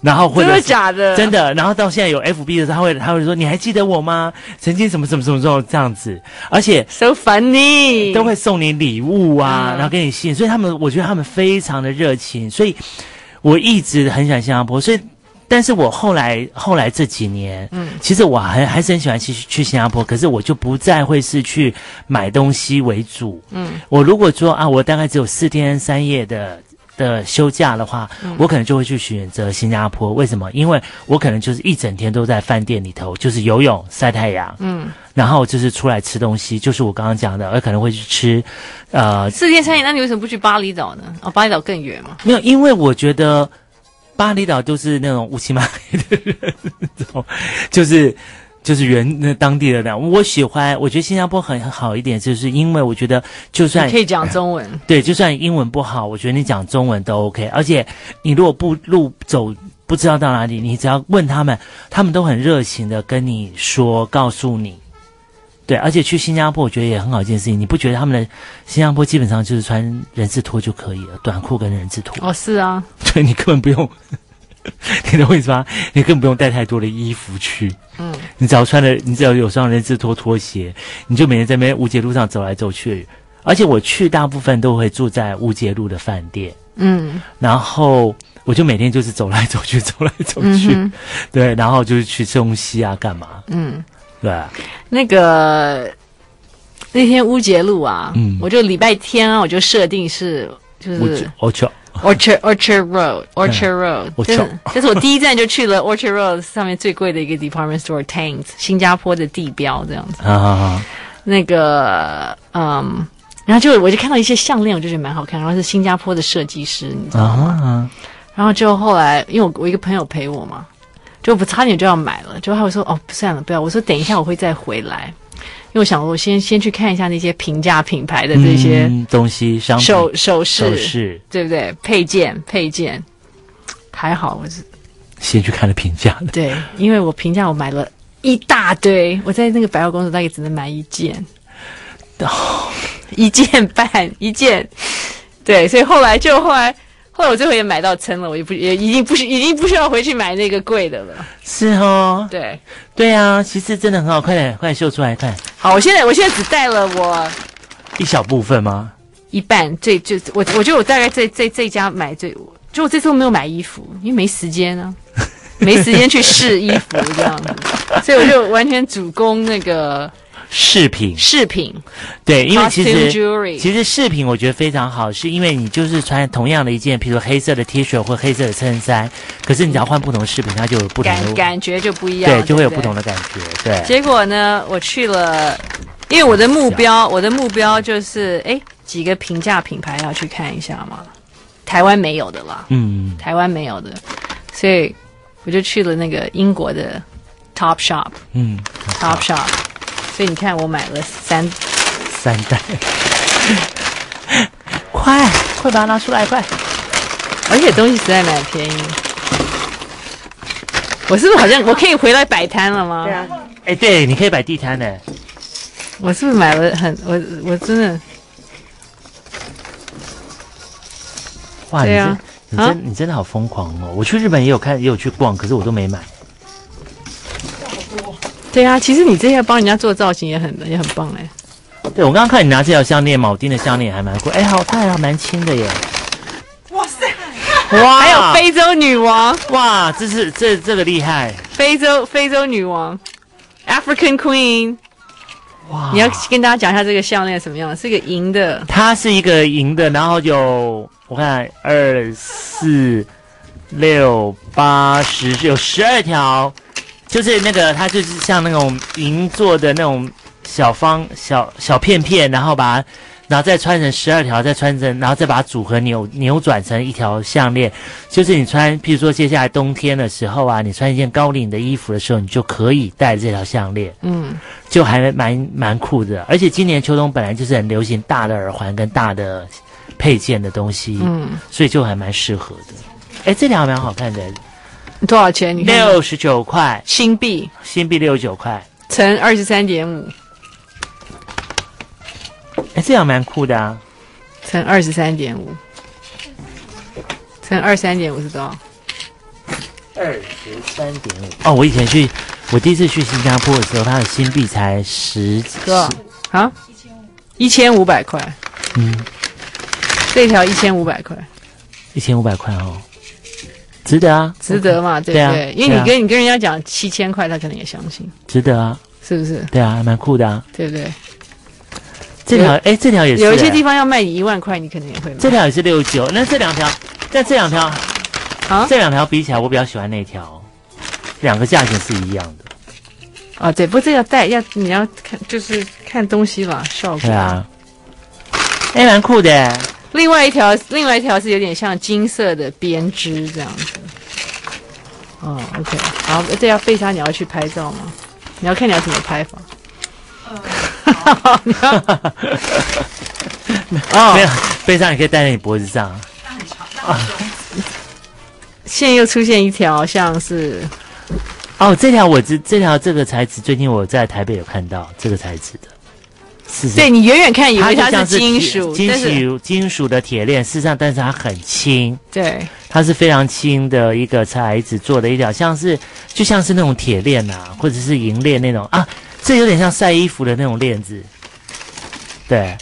S4: 然后或
S1: 真
S4: 者
S1: 的
S4: 是
S1: 假的？
S4: 真的。然后到现在有 FB 的时候，他会他会说：“你还记得我吗？曾经什么什么什么时候这样子？”而且
S1: so funny，
S4: 都会送你礼物啊，
S1: 嗯
S4: 然后给你信，所以他们我觉得他们非常的热情，所以我一直很喜欢新加坡，所以。但是我后来后来这几年，嗯，其实我还还是很喜欢去去新加坡，可是我就不再会是去买东西为主，嗯，我如果说啊，我大概只有四天三夜的的休假的话，我可能就会去选择新加坡。为什么？因为我可能就是一整天都在饭店里头，就是游泳、晒太阳，嗯，然后就是出来吃东西，就是我刚刚讲的，而可能会去吃，呃，
S1: 世界餐饮，那你为什么不去巴厘岛呢？哦，巴厘岛更远嘛。
S4: 没有，因为我觉得巴厘岛就是那种乌漆嘛黑的人，这种就是就是原那当地的那样。我喜欢，我觉得新加坡很很好一点，就是因为我觉得就算
S1: 你可以讲中文，
S4: 对，就算英文不好，我觉得你讲中文都 OK。而且你如果不路走不知道到哪里，你只要问他们，他们都很热情的跟你说，告诉你。对，而且去新加坡，我觉得也很好一件事情。你不觉得他们的新加坡基本上就是穿人字拖就可以了，短裤跟人字拖。
S1: 哦，是啊，
S4: 对你根本不用，你懂我意思吗？你根本不用带太多的衣服去，嗯，你只要穿的，你只要有双人字拖拖鞋，你就每天在那边乌节路上走来走去。而且我去大部分都会住在乌节路的饭店，
S1: 嗯，
S4: 然后我就每天就是走来走去， 走来走去，对，然后就是去吃东西啊，干嘛，嗯，对啊，
S1: 那个那天乌节路啊，
S4: 嗯
S1: 我就礼拜天啊，我就设定是就
S4: 我
S1: 是
S4: 我去
S1: Orchard Orchard Road Orchard Road，
S4: 我
S1: 这
S4: 知道
S1: 是这是我第一站就去了 Orchard Road 上面最贵的一个 department store Tangs，新加坡的地标这样子。
S4: 啊，
S1: 那个嗯，然后就我就看到一些项链，我就觉得蛮好看，然后是新加坡的设计师，你知
S4: 啊
S1: 道吗？
S4: 啊，
S1: 然后就后来因为我我一个朋友陪我嘛，就我差点就要买了，就他会说哦算了不要，我说等一下我会再回来，因为我想我先先去看一下那些平价品牌的这些
S4: 嗯东西商品
S1: 首首饰。
S4: 首饰，
S1: 对不对？配件配件，还好我是
S4: 先去看了评价的，
S1: 对，因为我评价我买了一大堆，我在那个百货公司大概只能买一件，哦一件半一件，对，所以后来就后来后来我最后也买到撑了，我就不也已经不是已经不需要回去买那个贵的了，
S4: 是哦，
S1: 对。
S4: 对啊，其实真的很好，快点，快点秀出来看
S1: 好，我现在我现在只带了我
S4: 一小部分吗？
S1: 一半，最最我我觉得我大概在在这家买最，就我这次我没有买衣服，因为没时间啊，没时间去试衣服这样子，所以我就完全主攻那个
S4: 饰品，
S1: 饰品，
S4: 对，因为其
S1: Costume
S4: 实
S1: jewelry
S4: 其实饰品我觉得非常好，是因为你就是穿同样的一件，比如说黑色的 T 恤或黑色的衬衫，可是你只要换不同的饰品，它就有不同
S1: 感
S4: 的
S1: 感觉就不一样，
S4: 嗯对，就会有
S1: 对
S4: 不
S1: 对
S4: 同的感觉，对，
S1: 结果呢，我去了，因为我的目标，我的目标就是，哎，几个平价品牌要去看一下嘛，台湾没有的啦，
S4: 嗯，
S1: 台湾没有的，所以我就去了那个英国的 Top Shop。
S4: 嗯，
S1: Top Shop，所以你看我买了三，
S4: 三代， 快快把它拿出来，快，
S1: 而且东西实在蛮便宜。我是不是好像我可以回来摆摊了吗？对啊，
S4: 哎，对，你可以摆地摊的，
S1: 我是不是买了很我我真的
S4: 哇，
S1: 对啊
S4: 你真你
S1: 啊
S4: 真你真的好疯狂哦！我去日本也有看，也有去逛，可是我都没买。
S1: 对啊，其实你这些帮人家做造型也很也很棒哎、
S4: 对我刚刚看你拿这条项链，铆钉的项链还蛮贵，哎，好看啊，蛮轻的耶。哇塞！哇，
S1: 还有非洲女王，
S4: 哇，这是这这个厉害
S1: 非洲非洲女王，African Queen。
S4: 哇！
S1: 你要跟大家讲一下这个项链什么样？是个银的，
S4: 它是一个银的，然后有我看二四六八十有十二条，就是那个它就是像那种银做的那种小方小小片片，然后把它。然后再穿成十二条，再穿成，然后再把它组合扭扭转成一条项链，就是你穿，譬如说接下来冬天的时候啊，你穿一件高领的衣服的时候，你就可以戴这条项链。
S1: 嗯，
S4: 就还蛮蛮酷的。而且今年秋冬本来就是很流行大的耳环跟大的配件的东西，
S1: 嗯，
S4: 所以就还蛮适合的。哎，这条还蛮好看的，
S1: 多少钱？你看
S4: 六十九块
S1: 新币
S4: 新币，六十九块。
S1: 乘二十三点五
S4: 哎，这条蛮酷的啊，
S1: 乘二十三点五乘二三点五是多少？
S4: 二十三点五。哦，我以前去，我第一次去新加坡的时候，它的新币才十几
S1: 多少啊？一千五百块。
S4: 嗯，
S1: 这条一千五百块，
S4: 一千五百块哦，值得啊，
S1: 值得嘛？对
S4: 对啊
S1: 不对？因为你
S4: 对
S1: 跟你跟人家讲七千块，他可能也相信，
S4: 值得啊，
S1: 是不是？
S4: 对啊，还蛮酷的啊。
S1: 对不对？
S4: 这条哎，这条也是
S1: 有一些
S4: 哎
S1: 地方要卖你一万块，你可能也会买。
S4: 这条也是六九，那这两条，但这两条，
S1: 啊
S4: 这两条比起来，我比较喜欢那条，两个价钱是一样的。
S1: 啊，对，不过这要戴要你要看，就是看东西吧，效果。
S4: 对啊，哎，蛮酷的，
S1: 另外一条，另外一条是有点像金色的编织这样子。哦，OK，好，这要贝莎，你要去拍照吗？你要看你要怎么拍法。你要 哦
S4: 没有背上你可以戴在你脖子上，
S1: 现在又出现一条像是
S4: 哦，这条我知，这条这个材质，最近我在台北有看到这个材质的，是
S1: 对你远远看以为
S4: 就
S1: 它
S4: 像
S1: 是金属，
S4: 金
S1: 但是
S4: 属金属的铁链，事实上，但是它很轻，
S1: 对
S4: 它是非常轻的一个材质做的一条，像是就像是那种铁链啊，或者是银链那种啊，这有点像晒衣服的那种链子。对，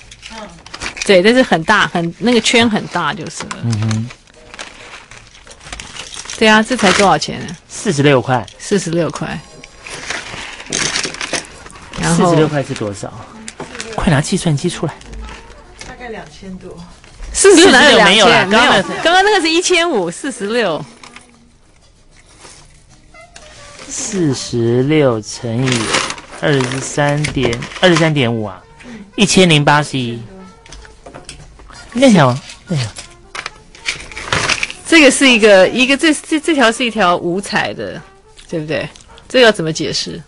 S1: 对，但是很大，很那个圈很大就是了。
S4: 嗯哼，
S1: 对啊，这才多少钱呢？
S4: 四十六块，
S1: 四十六块。然
S4: 四
S1: 后
S4: 十六块是多少？快拿计算机出来！
S1: 四十哪有
S4: 46
S1: 两
S4: 没有啦
S1: 千？没有
S4: 刚刚，
S1: 刚刚那个是一千五，四十六。
S4: 四十六乘以二十三点二十三点五啊，一千零八十一。那条
S1: 这个是一个一个这这这条是一条五彩的，对不对？这个要怎么解释？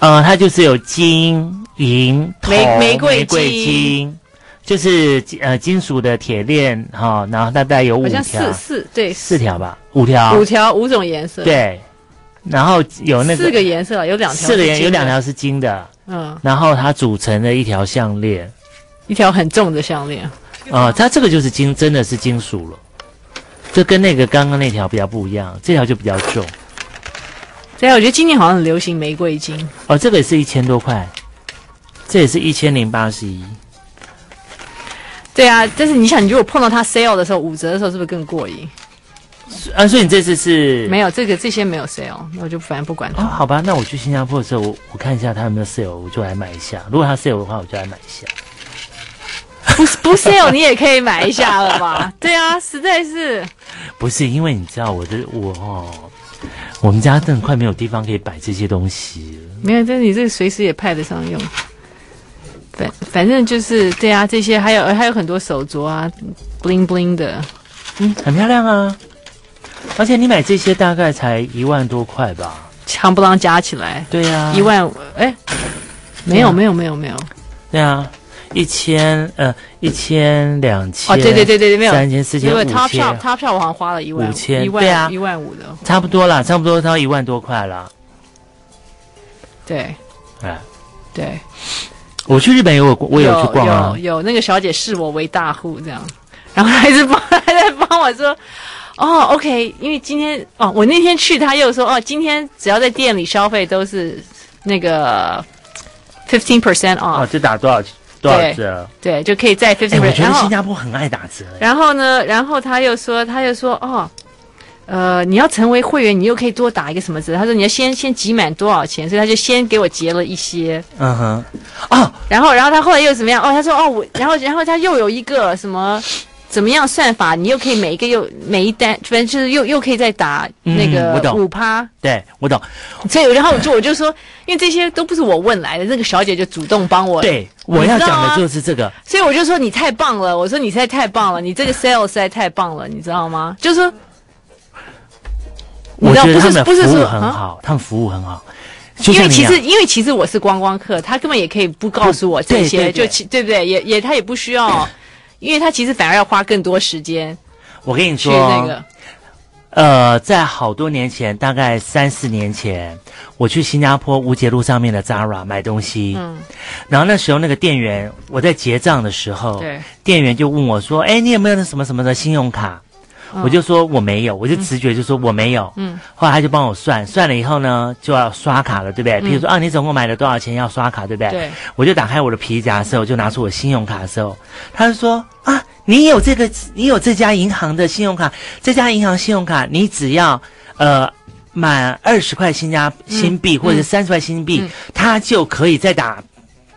S4: 呃，它就是有金、银、铜
S1: 玫玫瑰
S4: 玫瑰
S1: 金
S4: 金，就是呃金属的铁链哈、然后大概有五
S1: 好
S4: 条，
S1: 像四四对
S4: 四条吧，五条，
S1: 五条五种颜色，，
S4: 对，然后有那个
S1: 四个颜色有两条，
S4: 四个颜有两，条是金的，
S1: 嗯，
S4: 然后它组成了一条项链，
S1: 一条很重的项链，
S4: 呃，它这个就是金，真的是金属了，这跟那个刚刚那条比较不一样，这条就比较重，
S1: 对啊，我觉得今年好像很流行玫瑰金，
S4: 哦，这个也是一千多块，这也是一千零八十一。
S1: 对啊，但是你想，你如果碰到它 sale 的时候，五折的时候，是不是更过瘾？
S4: 啊，所以你这次是
S1: 没有这个这些没有 sale，那我就反正不管
S4: 哦，
S1: 它。
S4: 好吧，那我去新加坡的时候，我我看一下他有没有 sale，我就来买一下。如果他 sale 的话，我就来买一下。
S1: 不不 sale 你也可以买一下了吧？对啊，实在是
S4: 不是因为你知道我的我哦，我们家真的快没有地方可以摆这些东西了。
S1: 没有，但是你这个随时也派得上用。反反正就是对啊，这些还有还有很多手镯啊，bling bling 的，
S4: 嗯，很漂亮啊。而且你买这些大概才一万多块吧？
S1: 长不啷加起来
S4: 对啊，
S1: 一万五，哎，没有没有没有没有，
S4: 对啊，一千呃一千两千
S1: 哦对对对对没有
S4: 三千四千
S1: 因为
S4: 五
S1: Top Shop
S4: 千，
S1: Top Shop 我好像花了一万
S4: 五千
S1: 一
S4: 对啊
S1: 万一万五的，
S4: 差不多啦，差不多到一万多块啦。
S1: 对
S4: 哎，
S1: 对，
S4: 我去日本也有我有去逛啊
S1: 有，有那个小姐视我为大户这样。然后他一直帮 他在帮我说，哦，OK，因为今天哦，我那天去他又说，哦，今天只要在店里消费都是那个 fifteen percent off，
S4: 哦，就打多少多少折？
S1: 对，就可以在 fifteen
S4: 哎，我
S1: percent，
S4: 觉
S1: 然
S4: 得
S1: 后
S4: 新加坡很爱打折。哎
S1: 然后呢，然后他又说，他又说，哦，呃，你要成为会员，你又可以多打一个什么折？他说你要先先集满多少钱，所以他就先给我结了一些。
S4: 嗯哼，啊，
S1: 然后，然后他后来又怎么样？哦，他说哦，我，然后，然后他又有一个什么怎么样算法？你又可以每一个又每一单，反正就是又又可以再打
S4: 嗯
S1: 那个
S4: 我懂
S1: 五趴。
S4: 对我懂。
S1: 所以，然后我就我就说，因为这些都不是我问来的，那个小姐就主动帮我。
S4: 对，我要讲的
S1: 是。
S4: 就是这个。
S1: 所以我就说你太棒了，我说你实在太棒了，你这个 sales 实在太棒了，你知道吗？就是说，你
S4: 我
S1: 知道
S4: 觉得他
S1: 不
S4: 们
S1: 是
S4: 的服
S1: 不是
S4: 务
S1: 说
S4: 很
S1: 啊
S4: 好，他们服务很好。就
S1: 因为
S4: 像你啊
S1: 其
S4: 讲
S1: 实因为其实我是观光客，他根本也可以不告诉我
S4: 不对
S1: 这些，
S4: 对对
S1: 就其对不对？也也他也不需要，因为他其实反而要花更多时间
S4: 我跟你
S1: 去
S4: 说，
S1: 那个，
S4: 呃，在好多年前，大概三四年前，我去新加坡吴节路上面的 Zara 买东西，
S1: 嗯，
S4: 然后那时候那个店员，我在结账的时候，
S1: 对，
S4: 店员就问我说：“哎，你有没有那什么什么的信用卡？”我就说我没有，我就直觉就说我没有。
S1: 嗯，
S4: 后来他就帮我算，算了以后呢，就要刷卡了，对不对？比如说啊，你总共买了多少钱要刷卡，对不对？
S1: 嗯对。
S4: 我就打开我的皮夹的时候，就拿出我信用卡的时候，他就说啊，你有这个，你有这家银行的信用卡，这家银行信用卡，你只要呃。满二十块新加
S1: 嗯
S4: 新币、或者三十块新币，他就可以再打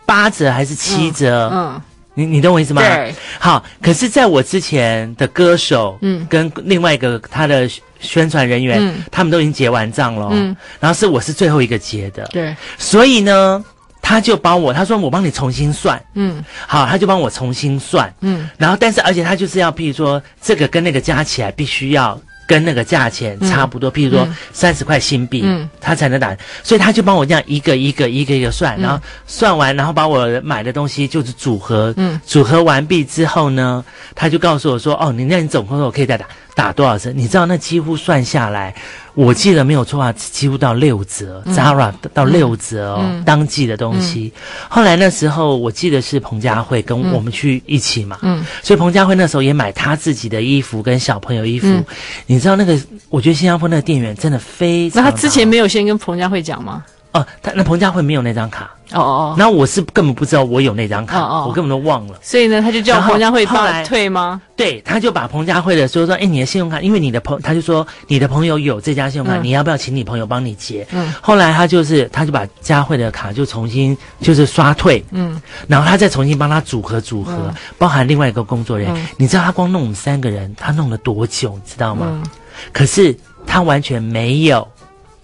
S4: 八折还是七折？
S1: 嗯，
S4: 你你懂我意思吗？
S1: 对，
S4: 好，可是在我之前的歌手，
S1: 嗯
S4: 跟另外一个他的宣传人员，
S1: 嗯
S4: 他们都已经结完账了，哦
S1: 嗯，
S4: 然后是我是最后一个结的，
S1: 对，
S4: 所以呢，他就帮我，他说我帮你重新算，
S1: 嗯
S4: 好，他就帮我重新算，
S1: 嗯
S4: 然后但是而且他就是要，譬如说这个跟那个加起来必须要。跟那个价钱差不多，譬如说三十块新币，
S1: 嗯
S4: 他才能打，所以他就帮我这样一个一个一个一个算，
S1: 嗯
S4: 然后算完，然后把我买的东西就是组合，
S1: 嗯
S4: 组合完毕之后呢，他就告诉我说，哦，你那你总共我可以再打打多少折？你知道那几乎算下来，我记得没有错啊，几乎到六折、z a r a 到六折哦，
S1: 嗯
S4: 当季的东西。后来那时候我记得是彭佳慧跟我们去一起嘛，
S1: 嗯
S4: 所以彭佳慧那时候也买她自己的衣服跟小朋友衣服。
S1: 嗯
S4: 你知道那个，我觉得新加坡那个店员真的非
S1: 那
S4: 常
S1: 他
S4: 好。
S1: 之前没有先跟彭佳慧讲吗？
S4: 哦，他那彭佳慧没有那张卡，
S1: 哦哦哦，
S4: 然后我是根本不知道我有那张卡，
S1: 哦哦
S4: 我根本都忘了。
S1: 所以呢，他就叫
S4: 然后
S1: 彭佳慧
S4: 后来
S1: 帮退吗？
S4: 对，他就把彭佳慧的说说，哎，你的信用卡，因为你的朋，他就说你的朋友有这家信用卡，
S1: 嗯
S4: 你要不要请你朋友帮你结？
S1: 嗯
S4: 后来他就是，他就把佳慧的卡就重新就是刷退，
S1: 嗯
S4: 然后他再重新帮他组合组合，
S1: 嗯
S4: 包含另外一个工作人员。
S1: 嗯
S4: 你知道他光弄我们三个人，他弄了多久，你知道吗？
S1: 嗯
S4: 可是他完全没有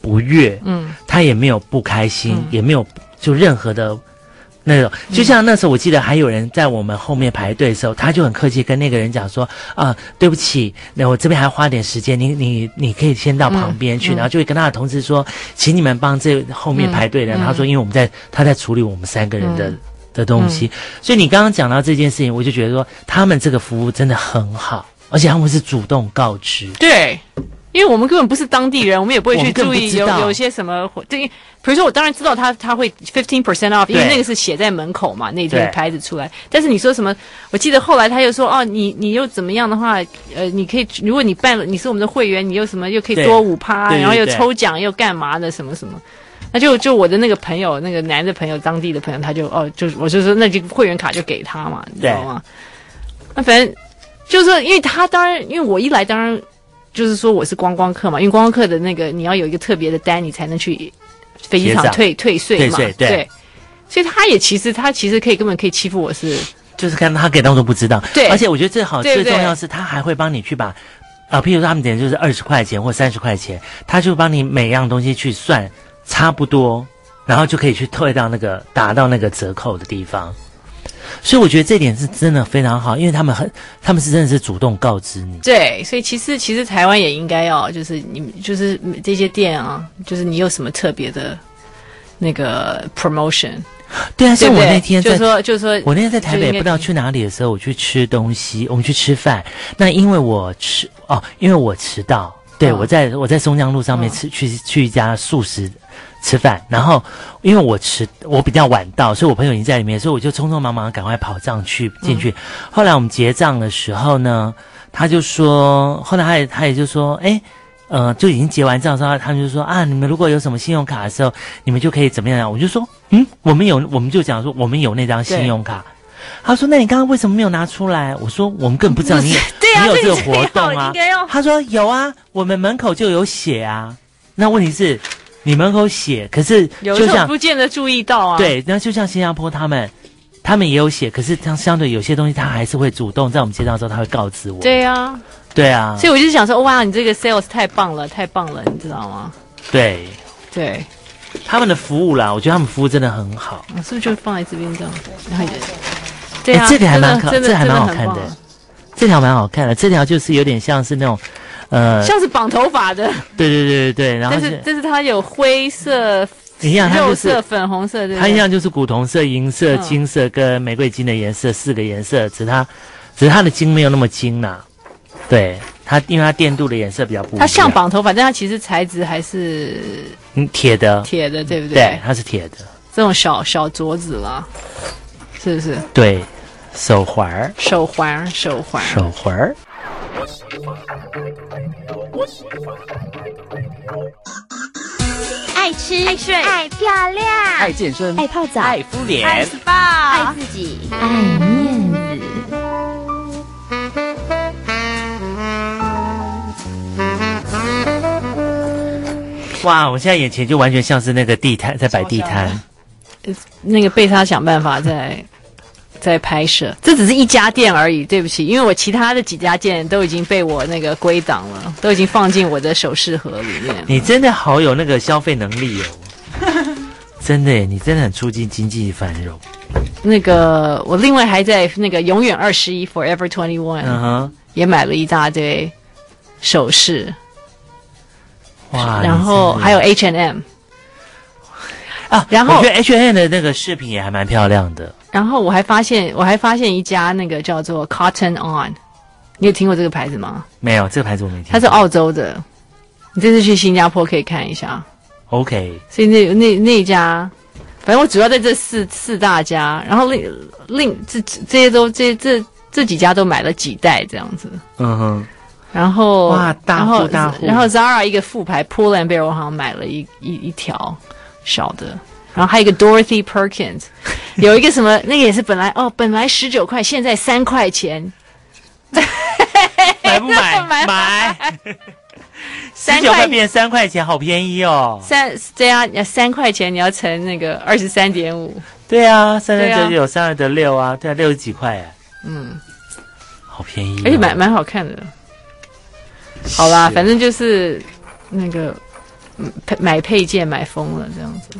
S4: 不悦，
S1: 嗯
S4: 他也没有不开心，
S1: 嗯
S4: 也没有就任何的那种。就像那时候，我记得还有人在我们后面排队的时候，他就很客气跟那个人讲说：“啊、对不起，那我这边还花点时间，你你你可以先到旁边
S1: 嗯
S4: 去。然后就会跟他的同事说：“请你们帮这后面排队的。
S1: 嗯嗯
S4: 他说：“因为我们在他在处理我们三个人的。
S1: 嗯
S4: 的东西，所以你刚刚讲到这件事情，我就觉得说他们这个服务真的很好，而且他们是主动告知。
S1: 对，因为我们根本不是当地人，我们也不会
S4: 我
S1: 去
S4: 们根
S1: 注
S4: 本
S1: 意
S4: 不知
S1: 有
S4: 道
S1: 有些什么活，对，比如说我当然知道他他会 fifteen percent off，因为
S4: 对
S1: 那个是写在门口嘛，那
S4: 对
S1: 天牌子出来。但是你说什么？我记得后来他又说哦，你你又怎么样的话，呃，你可以如果你办了你是我们的会员，你又什么又可以
S4: 对
S1: 多五趴，
S4: 对对
S1: 然后又
S4: 对
S1: 抽奖又干嘛的什么什么。那就就我的那个朋友，那个男的朋友，当地的朋友，他就哦，就我就说那就会员卡就给他嘛，你知道
S4: 对
S1: 吗？那反正就是说，因为他当然，因为我一来当然就是说我是观光客嘛，因为观光客的那个你要有一个特别的单，你才能去飞机
S4: 结
S1: 场
S4: 账
S1: 退退税嘛，
S4: 退税对
S1: 所以他也其实他其实可以根本可以欺负我是，
S4: 就是看他给当做不知道。
S1: 对
S4: 而且我觉得最好
S1: 对不
S4: 最
S1: 对
S4: 重要是他还会帮你去把。啊，譬如说他们点就是二十块钱或三十块钱，他就帮你每样东西去算差不多，然后就可以去退到那个达到那个折扣的地方。所以我觉得这点是真的非常好，因为他们很，他们是真的是主动告知你。
S1: 对，所以其实其实台湾也应该要就是你们就是这些店啊，就是你有什么特别的那个 promotion，
S4: 对啊，
S1: 对
S4: 像
S1: 不
S4: 我
S1: 对？
S4: 那天
S1: 就
S4: 在
S1: 是说就是说
S4: 我那天在台
S1: 就
S4: 北
S1: 应
S4: 不
S1: 该
S4: 知道去哪里的时候，我去吃东西，我们去吃饭。那因为我迟哦，因为我迟到，对、
S1: 嗯
S4: 我在我在松江路上面
S1: 嗯
S4: 吃、去去一家素食吃饭，然后因为我迟，我比较晚到，所以我朋友已经在里面，所以我就匆匆忙忙地赶快跑上去进
S1: 嗯
S4: 去。后来我们结账的时候呢，他就说，后来他也他也就说，哎。呃，就已经结完账之后，他们就说啊，你们如果有什么信用卡的时候，你们就可以怎么样啊？我就说，嗯，我们有，我们就讲说我们有那张信用卡。他说，那你刚刚为什么没有拿出来？我说，我们根本不知道你有
S1: 对啊
S4: 你有
S1: 这
S4: 这个
S1: 个
S4: 活动
S1: 要
S4: 啊
S1: 应该要。
S4: 他说有啊，我们门口就有写啊。那问题是，你门口写，可是
S1: 有
S4: 就
S1: 时候
S4: 像
S1: 不见得注意到啊。，
S4: 对，那就像新加坡他们，他们也有写，可是相相对有些东西，他还是会主动在我们接到的时候，他会告知我。
S1: 对啊，
S4: 对啊，
S1: 所以我就想说，哇，你这个 sales 太棒了，太棒了，你知道吗？
S4: 对
S1: 对，
S4: 他们的服务啦，我觉得他们服务真的很好。
S1: 我是不是就放在这边这样子？然后也对啊，
S4: 哎这个还蛮
S1: 真的
S4: 好
S1: 真的
S4: 这还蛮好
S1: 真的很
S4: 看的
S1: 棒
S4: 这条蛮好看的，这条就是有点像是那种，呃，
S1: 像是绑头发的，
S4: 对对对对对，然后
S1: 但
S4: 是
S1: 是但是它有灰色、
S4: 一样，它
S1: 肉
S4: 就是
S1: 色、粉红色，对不
S4: 它
S1: 对
S4: 一样就是古铜色、银色、
S1: 嗯
S4: 金色跟玫瑰金的颜色，四个颜色，只是它，只是它的金没有那么金啦、对它，因为它电镀的颜色比较不一样。
S1: 它像绑头发，但它其实材质还是
S4: 嗯铁的，
S1: 铁的，对不对？
S4: 对，它是铁的，
S1: 这种小小镯子啦，是不是？
S4: 对，手环儿，
S1: 手环，手环。
S4: 手环儿。
S2: 爱吃爱睡爱漂亮，
S8: 爱健身，
S7: 爱泡澡，爱
S8: 敷脸。
S2: 爱自己。
S7: 面子。
S4: 哇，我现在眼前就完全像是那个地摊在摆地摊，
S1: 那个贝莎想办法 在在拍摄，这只是一家店而已。对不起，因为我其他的几家店都已经被我那个归档了，都已经放进我的首饰盒里面。
S4: 你真的好有那个消费能 力哦，真的耶，你真的很促进经济繁荣。
S1: 那个我另外还在那个永远二十一 Forever Twenty
S4: 嗯
S1: One
S4: 哼，
S1: 也买了一大堆首饰，
S4: 哇，
S1: 然后
S4: 啊你真的
S1: 还有 H and M。
S4: 啊，
S1: 然后
S4: 我觉得 H N 的那个饰品也还蛮漂亮的，
S1: 然后我还发现，我还发现一家那个叫做 Cotton On，你有听过这个牌子吗？
S4: 没有这个牌子我没听过，
S1: 它是澳洲的，你这次去新加坡可以看一下。
S4: OK
S1: 所以那那那一家，反正我主要在这四四大家，然后另另这这这些都这这这几家都买了几袋这样子。
S4: 嗯哼，
S1: 然后
S4: 哇大
S1: 然
S4: 户
S1: 后
S4: 大户
S1: 然后 Zara 一个副牌 Pull and Bear，我好像买了一一一条小的，然后还有一个 Dorothy Perkins，有一个什么那个也是本来哦本来十九块，现在三块钱，
S4: 买不买？
S1: 买
S4: 买，
S1: 三
S4: 十九块
S1: 块
S4: 变三块钱，好便宜哦。
S1: 三对啊，三块钱你要乘那个二十三点五，
S4: 对啊，三
S1: 对
S4: 三
S1: 啊
S4: 九九三二得六啊，对啊，六十几块哎，
S1: 嗯，
S4: 好便宜哦。
S1: 而且哎蛮蛮好看的。好
S4: 啊
S1: 啦，反正就是那个嗯配买配件买疯了这样子。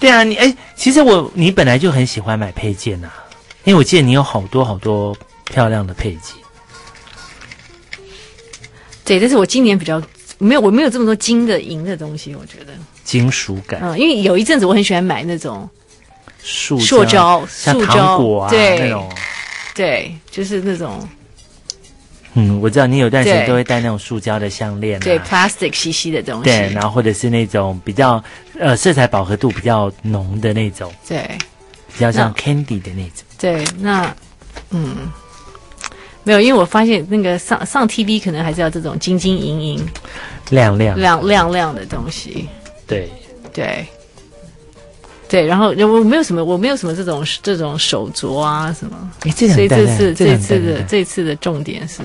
S4: 对啊，你哎，其实我你本来就很喜欢买配件呐、因为我记得你有好多好多漂亮的配件。
S1: 对，但是我今年比较没有，我没有这么多金的银的东西，我觉得，
S4: 金属感、
S1: 嗯，因为有一阵子我很喜欢买那种，
S4: 塑
S1: 塑胶
S4: 像
S1: 塑
S4: 糖
S1: 胶
S4: 果啊
S1: 对
S4: 那种，
S1: 对，就是那种
S4: 嗯，我知道你有段时间
S1: 对
S4: 都会戴那种塑胶的项链、啊，
S1: 对 plastic 兮兮的东西，
S4: 对，然后或者是那种比较呃色彩饱和度比较浓的那种，
S1: 对
S4: 比较像
S1: 那
S4: candy 的那种。
S1: 对，那嗯，没有，因为我发现那个上上 TV 可能还是要这种金金银银
S4: 亮亮
S1: 亮亮亮的东西，
S4: 对，
S1: 对。对，然后我没有什么，我没有什么这种这种手镯啊什么，
S4: 哎，这
S1: 所以
S4: 两
S1: 这
S4: 代
S1: 次
S4: 这
S1: 这
S4: 两
S1: 次
S4: 代
S1: 的这次的重点是，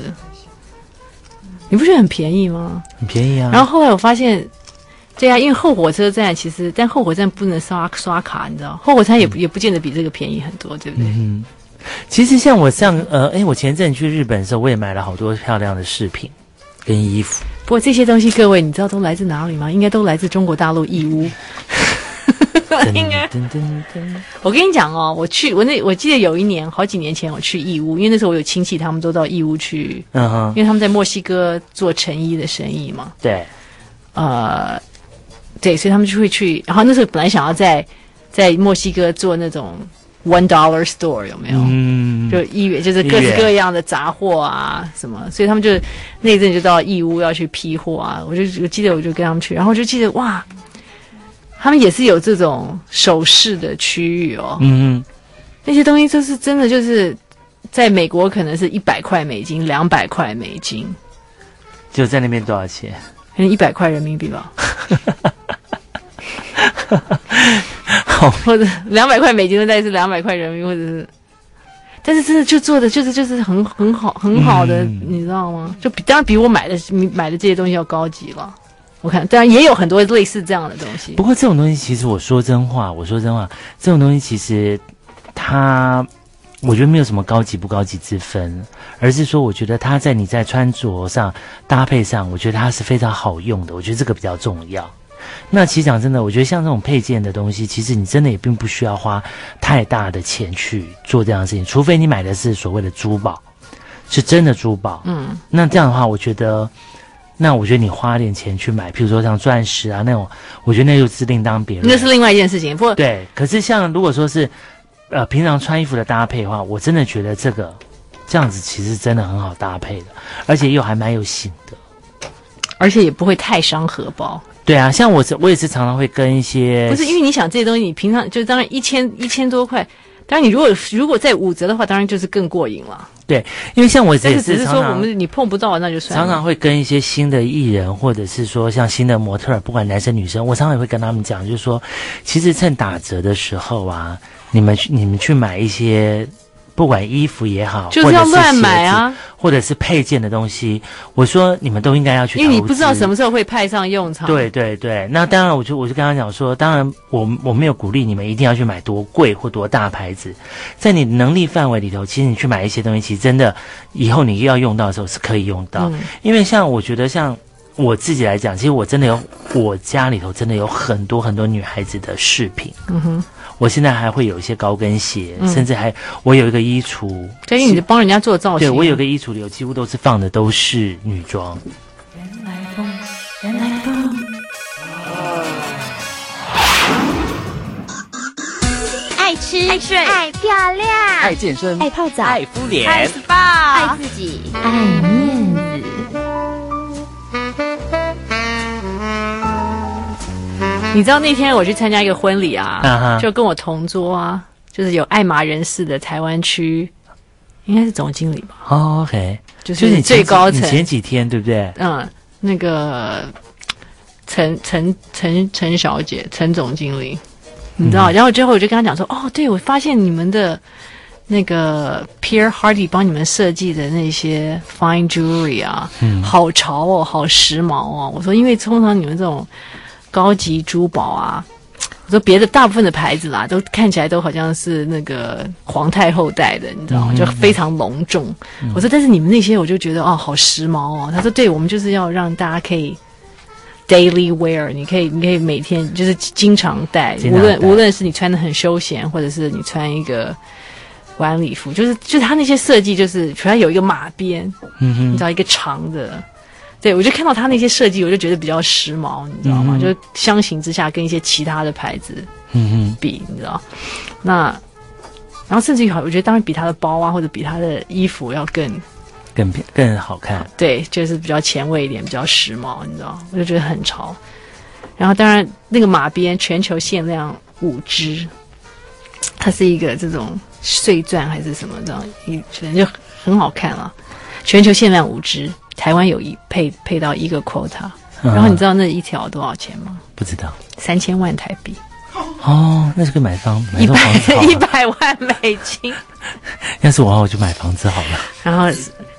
S1: 你不觉得很便宜吗？
S4: 很便宜啊。
S1: 然后后来我发现，对啊，因为后火车站其实，但后火车站不能刷刷卡，你知道，后火车
S4: 嗯
S1: 站也不、也不见得比这个便宜很多，对不对？
S4: 其实像我上呃，哎，我前阵去日本的时候，我也买了好多漂亮的饰品跟衣服。
S1: 不过这些东西，各位你知道都来自哪里吗？应该都来自中国大陆义乌。
S4: 噔
S1: 应该，
S4: 噔噔噔，
S1: 我跟你讲哦，我去，我那我记得有一年，好几年前我去义乌，因为那时候我有亲戚，他们都到义乌去，
S4: 嗯哼，
S1: 因为他们在墨西哥做成衣的生意嘛。
S4: 对，
S1: 呃，对，所以他们就会去。然后那时候本来想要在在墨西哥做那种 one dollar store，有没有？
S4: 嗯，
S1: 就一元就是各
S4: 一
S1: 式
S4: 元
S1: 各样的杂货啊什么，所以他们就那一阵就到义乌要去批货啊。我就我记得我就跟他们去，然后我就记得哇，他们也是有这种首饰的区域哦。
S4: 嗯
S1: 那些东西就是真的就是，在美国可能是一百块美金、两百块美金，
S4: 哼，就在那边多少钱？
S1: 可能一百块人民币吧，
S4: 好，
S1: 或者两百块美金的袋是两百块人民币，或者是。但是真的就做的就是就是很很好很好的，
S4: 嗯
S1: 你知道吗？就比当然比我买的买的这些东西要高级了。我看当然也有很多类似这样的东西
S4: 不，过这种东西，其实我说真话，我说真话，这种东西其实它，我觉得没有什么高级不高级之分，而是说，我觉得它在你在穿着上、搭配上，我觉得它是非常好用的，我觉得这个比较重要。那其实讲真的，我觉得像这种配件的东西，其实你真的也并不需要花太大的钱去做这样的事情，除非你买的是所谓的珠宝，是真的珠宝。
S1: 嗯，
S4: 那这样的话，我觉得，那我觉得你花点钱去买，譬如说像钻石啊那种，我觉得那又是另当别论。
S1: 那是另外一件事情。不过
S4: 对，可是像如果说是，呃，平常穿衣服的搭配的话，我真的觉得这个这样子其实真的很好搭配的，而且又还蛮有型的。
S1: 而且也不会太伤荷包。
S4: 对啊，像我是我也是常常会跟一些
S1: 不是因为你想这些东西，你平常就当然一千一千多块，当然你如果如果再五折的话，当然就是更过瘾了。
S4: 对，因为像我
S1: 但
S4: 也
S1: 是只是
S4: 常
S1: 说
S4: 常
S1: 我们你碰不到那就算了。
S4: 常常会跟一些新的艺人，或者是说像新的模特儿，不管男生女生，我常常也会跟他们讲，就是说，其实趁打折的时候啊，你们去你们去买一些，不管衣服也好，
S1: 就是要乱买
S4: 或者是鞋
S1: 啊
S4: 子，，或者是配件的东西，我说你们都应该要去，
S1: 因为你不知道什么。时候会派上用场。
S4: 对对对，那当然，我就我就跟他讲说，当然我我没有鼓励你们一定要去买多贵或多大牌子，在你能力范围里头，其实你去买一些东西，其实真的以后你要用到的时候是可以用到。
S1: 嗯
S4: 因为像我觉得像我自己来讲，其实我真的有我家里头真的有很多很多女孩子的饰品。
S1: 嗯哼，
S4: 我现在还会有一些高跟鞋，
S1: 嗯
S4: 甚至还我有一个衣橱，
S1: 对，因为你帮人家做造型。
S4: 对我有个衣橱里头几乎都是放的都是女装。
S2: 爱吃、爱睡、爱漂亮、
S7: 爱健身，
S6: 爱泡澡，
S7: 爱敷脸，
S2: 爱自己。
S7: 爱面子。
S1: 啊你知道那天我去参加一个婚礼啊，
S4: 啊哈
S1: 就跟我同桌啊，就是有爱马人士的台湾区，应该是总经理吧，
S4: 哦、OK，
S1: 就
S4: 就是
S1: 是
S4: 你前
S1: 最
S4: 几
S1: 高
S4: 你
S1: 层。
S4: 前几天对不对？
S1: 嗯，那个陈陈陈陈小姐，陈总经理，你知道？然后之后我就跟他讲说，哦，对，我发现你们的那个 Pierre Hardy 帮你们设计的那些 fine jewelry 啊，好潮哦，好时髦哦。我说，因为通常你们这种高级珠宝啊。我说别的大部分的牌子啦，都看起来都好像是那个皇太后戴的，你知
S4: 嗯
S1: 道吗？就非常隆重。我说，但是你们那些，我就觉得哦，好时髦哦。他说，对，我们就是要让大家可以 daily wear，你可以，你可以每天就是经常戴，
S4: 经
S1: 无
S4: 常
S1: 论
S4: 戴
S1: 无论是你穿的很休闲，或者是你穿一个晚礼服，就是就是他那些设计，就是主要有一个马鞭，
S4: 嗯
S1: 你
S4: 哼，
S1: 知道一个长的。对，我就看到他那些设计，我就觉得比较时髦，你知道吗？
S4: 嗯
S1: 就是相形之下，跟一些其他的牌子
S4: 嗯哼，
S1: 比，你知道？那然后甚至于好，我觉得当然比他的包啊，或者比他的衣服要更
S4: 更漂更好看。
S1: 对，就是比较前卫一点，比较时髦，你知道，我就觉得很潮。然后当然那个马鞭全球限量五只，它是一个这种碎钻还是什么的，一反正就很好看了。全球限量五只，台湾有一配配到一个 quota，然后你知
S4: 道、
S1: 道那一条多少钱吗？
S4: 不知道？
S1: 三千万台币，
S4: 哦，那就跟买房买
S1: 一
S4: 栋房子好
S1: 百一
S4: 了。
S1: 百万美金。
S4: 要是我的话，我就买房子好了。
S1: 然后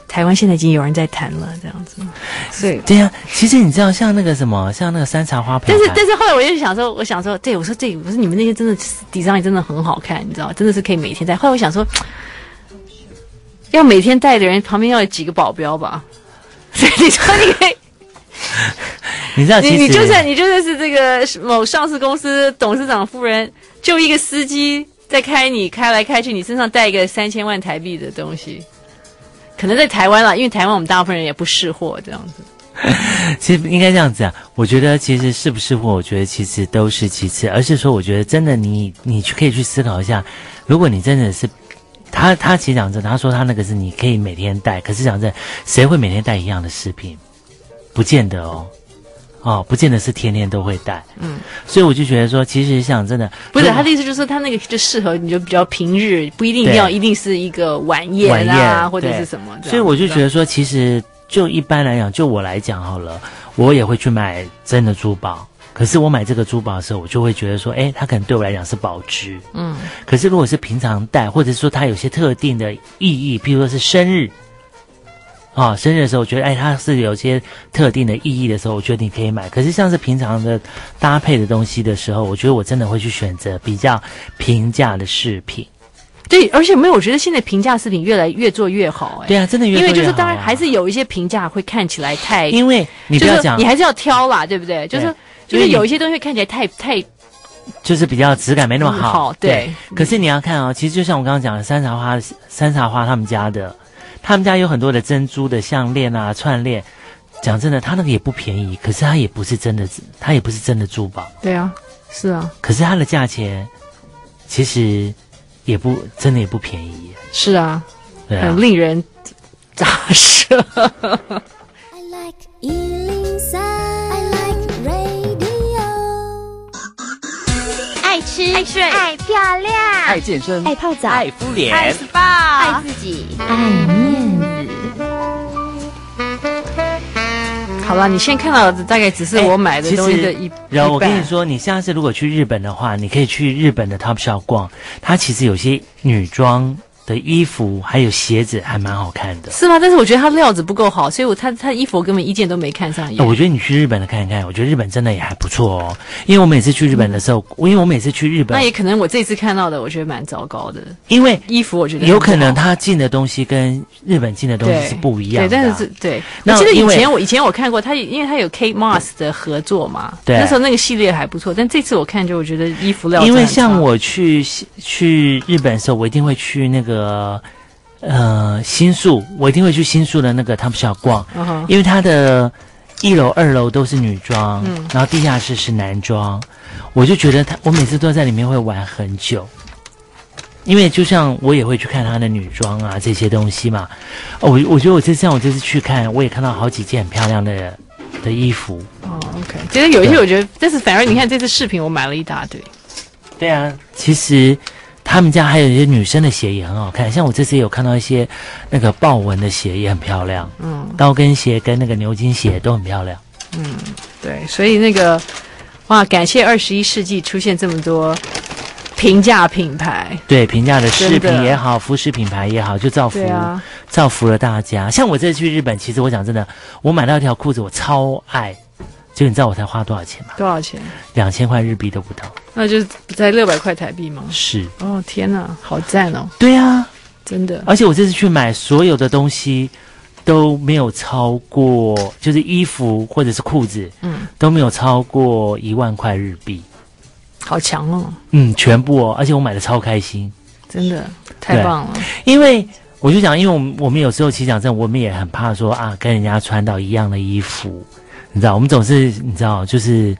S1: 台湾现在已经有人在谈了，这样子，所以
S4: 对呀、其实你知道，像那个什么，像那个山茶花盆
S1: 但
S4: 盘，
S1: 是但是后来我就想说，我想说，对我说对，我说你们那些真的 design 真的很好看，你知道，真的是可以每天戴。后来我想说，要每天戴的人旁边要有几个保镖吧。 所以你说你可以，
S4: 你知道，其
S1: 你
S4: 实
S1: 你就算你就算是这个某上市公司董事长夫人，就一个司机在开你开来开去，你身上带一个三千万台币的东西，可能在台湾啦，因为台湾我们大部分人也不识货这样子。
S4: 其实应该这样子啊。我觉得其实是不是货，我觉得其实都是其次，而是说，我觉得真的你你去可以去思考一下，如果你真的是。他他其实讲真的，他说他那个是你可以每天带，可是讲真的，谁会每天带一样的饰品？不见得哦。啊、不见得是天天都会带。
S1: 嗯，
S4: 所以我就觉得说，其实想真的
S1: 不是
S4: 如果
S1: 他的意思，就是他那个就适合你，就比较平日，不一定一定
S4: 对
S1: 要一定是一个晚宴
S4: 晚
S1: 啊，
S4: 宴
S1: 或者是
S4: 对
S1: 什么这样。
S4: 所以我就觉
S1: 对吧
S4: 得说，其实就一般来讲，就我来讲好了，我也会去买真的珠宝。可是我买这个珠宝的时候，我就会觉得说，哎，它可能对我来讲是保值。
S1: 嗯，
S4: 可是如果是平常戴，或者说它有些特定的意义，譬如说是生日，啊，生日的时候，我觉得哎，它是有些特定的意义的时候，我觉得你可以买。可是像是平常的搭配的东西的时候，我觉得我真的会去选择比较平价的饰品。
S1: 对，而且没有，我觉得现在平价饰品越来越做越好、哎，
S4: 对啊，真的越
S1: 因为
S4: 多
S1: 就
S4: 越
S1: 是
S4: 好
S1: 当然
S4: 啊
S1: 还是有一些评价会看起来太，
S4: 因为你不
S1: 就
S4: 要
S1: 是
S4: 讲，
S1: 你还是要挑啦，对不对？就是
S4: 对
S1: 就
S4: 因为
S1: 是
S4: 你
S1: 有一些东西看起来太太
S4: 就是比较质感没那么好。
S1: 嗯好对
S4: 可是你要看哦，其实就像我刚刚讲的，山茶花、山茶花他们家的，他们家有很多的珍珠的项链啊、串链。讲真的，它那个也不便宜，可是它也不是真的，它也不是真的珠宝，
S1: 对啊，是啊，
S4: 可是它的价钱其实也不真的也不便宜耶，
S1: 是啊，
S4: 对啊
S1: 很。令人咋舌。
S2: I like Ealing Sound. I like radio. 爱吃爱睡爱漂亮
S7: 爱健身，
S6: 爱泡澡，
S4: 敷脸，
S2: 爱自己。
S7: 爱面子。
S1: 好了，你现在看到的大概只是我买的东西的一，
S4: 哎然后我
S1: 一半
S4: 跟你，说，你下次如果去日本的话，你可以去日本的 Topshop 逛，它其实有些女装的衣服还有鞋子还蛮好看的。
S1: 是吗？但是我觉得它料子不够好，所以我它它衣服我根本一件都没看上
S4: 那
S1: 眼。
S4: 哦我觉得你去日本的看一看，我觉得日本真的也还不错哦。因为我每次去日本的时候，因为我每次去日本
S1: 那，也可能我这次看到的，我觉得蛮糟糕的
S4: 因为
S1: 衣服，我觉得
S4: 有可能
S1: 它。
S4: 他进的东西跟日本进的东西是不一样
S1: 对，
S4: 的啊、
S1: 但是这对，我
S4: 那
S1: 记得以
S4: 因为
S1: 前我以前我看过他，因为他有 K Mars 的合作嘛，
S4: 对
S1: 那时候那个系列还不错，但这次我看就我觉得衣服料真
S4: 因
S1: 的
S4: 为
S1: 很差
S4: 像我去西去日本的时候，我一定会去那个呃新宿，我一定会去新宿的那个 Top Shop 逛，
S1: 嗯哼
S4: 因为它的一楼、二楼都是女装，然后地下室是男装，我就觉得他，我每次都在里面会玩很久。因为就像我也会去看他的女装啊这些东西嘛，哦，我我觉得我这像我这次去看，我也看到好几件很漂亮的的衣服。
S1: 哦，OK，其实有一些我觉得，但是反而你看这次视频我买了一大堆，
S4: 对啊，其实他们家还有一些女生的鞋也很好看，像我这次也有看到一些那个豹纹的鞋也很漂亮，
S1: 嗯，
S4: 高跟鞋跟那个牛津鞋都很漂亮。
S1: 对，所以那个哇，感谢二十一世纪出现这么多平价品牌，
S4: 对，平价的饰
S1: 真
S4: 品
S1: 的
S4: 也好，服饰品牌也好，就造福、
S1: 对啊
S4: 造福了大家。像我这次去日本，其实我讲真的，我买到一条裤子，我超爱。就你知道我才花多少钱吗？
S1: 嗯多少钱？
S4: 两千块日币都不到。
S1: 那就是才六百块台币吗？
S4: 是，
S1: 哦天哪，好赞哦，
S4: 对啊，
S1: 真的，
S4: 而且我这次去买所有的东西都没有超过，就是衣服或者是裤子，
S1: 嗯，
S4: 都没有超过一万块日币。
S1: 好强哦，
S4: 嗯，全部哦，而且我买的超开心，
S1: 真的太
S4: 对
S1: 棒了，
S4: 因为我就想，因为我们我们有时候其实讲真的，我们也很怕说啊，跟人家穿到一样的衣服，你知道，我们总是你知道就是。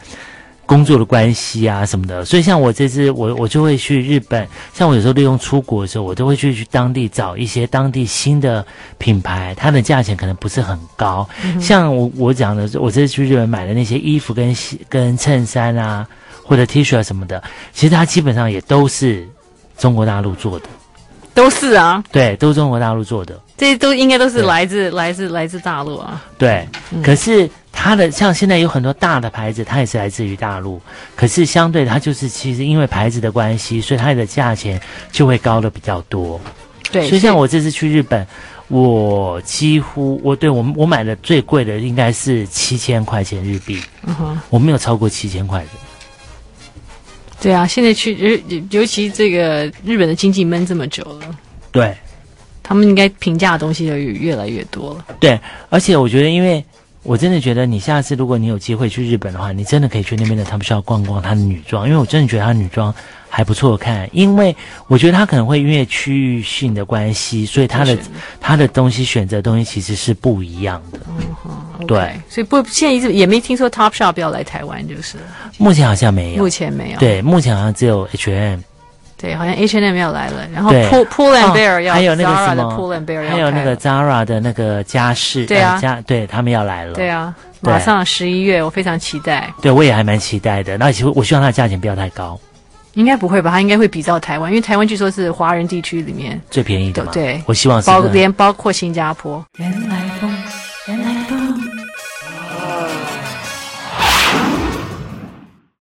S4: 工作的关系啊什么的，所以像我这次我我就会去日本，像我有时候利用出国的时候，我都会去去当地找一些当地新的品牌，它的价钱可能不是很高。像我我讲的，我这次去日本买的那些衣服跟西跟衬衫啊，或者 T 恤啊什么的，其实它基本上也都是中国大陆做的，
S1: 都是啊，
S4: 对，都是中国大陆做的。
S1: 这些都应该都是
S4: 对
S1: 来自来自来自大陆啊。
S4: 对，可是它的像现在有很多大的牌子，它也是来自于大陆，可是相对它就是其实因为牌子的关系，所以它的价钱就会高的比较多。
S1: 对，
S4: 所以像
S1: 我
S4: 我这次去日本，我几乎我对我我买的最贵的应该是七千块钱日币，
S1: 嗯
S4: 我没有超过七千块的。
S1: 对啊，现在去尤尤其这个日本的经济闷这么久了，
S4: 对
S1: 他们应该平价的东西就越越来越多了。
S4: 对，而且我觉得因为。我真的觉得，你下次如果你有机会去日本的话，你真的可以去那边的 Top Shop 逛逛它的女装，因为我真的觉得它女装还不错看。因为我觉得它可能会因为区域性的关系，所以它的
S1: 是
S4: 它的东西选择的东西其实是不一样的。对，
S1: 所以不现在一直也没听说 Top Shop 要来台湾，就是了
S4: 目前好像没有
S1: 目，前没有。
S4: 对，目前好像只有 H&M
S1: 对，好像 H&M 要来了，然后
S4: 对
S1: Pull Pull and
S4: 哦
S1: Bear 要、
S4: 还有那个
S1: Zara
S4: 什
S1: 的
S4: 么
S1: Pull and Bear 要
S4: 还有那
S1: 开了
S4: 个 Zara 的那个家饰，
S1: 对啊
S4: 呃家对他们要来了，
S1: 对啊，
S4: 对
S1: 马上十一月，我非常期待。
S4: 对我也还蛮期待的。那其实我希望它的价钱不要太高，
S1: 应该不会吧？它应该会比照台湾，因为台湾据说是华人地区里面
S4: 最便宜的嘛。
S1: 对对
S4: 我希望是嗯
S1: 包
S4: 那
S1: 连包括新加坡。原来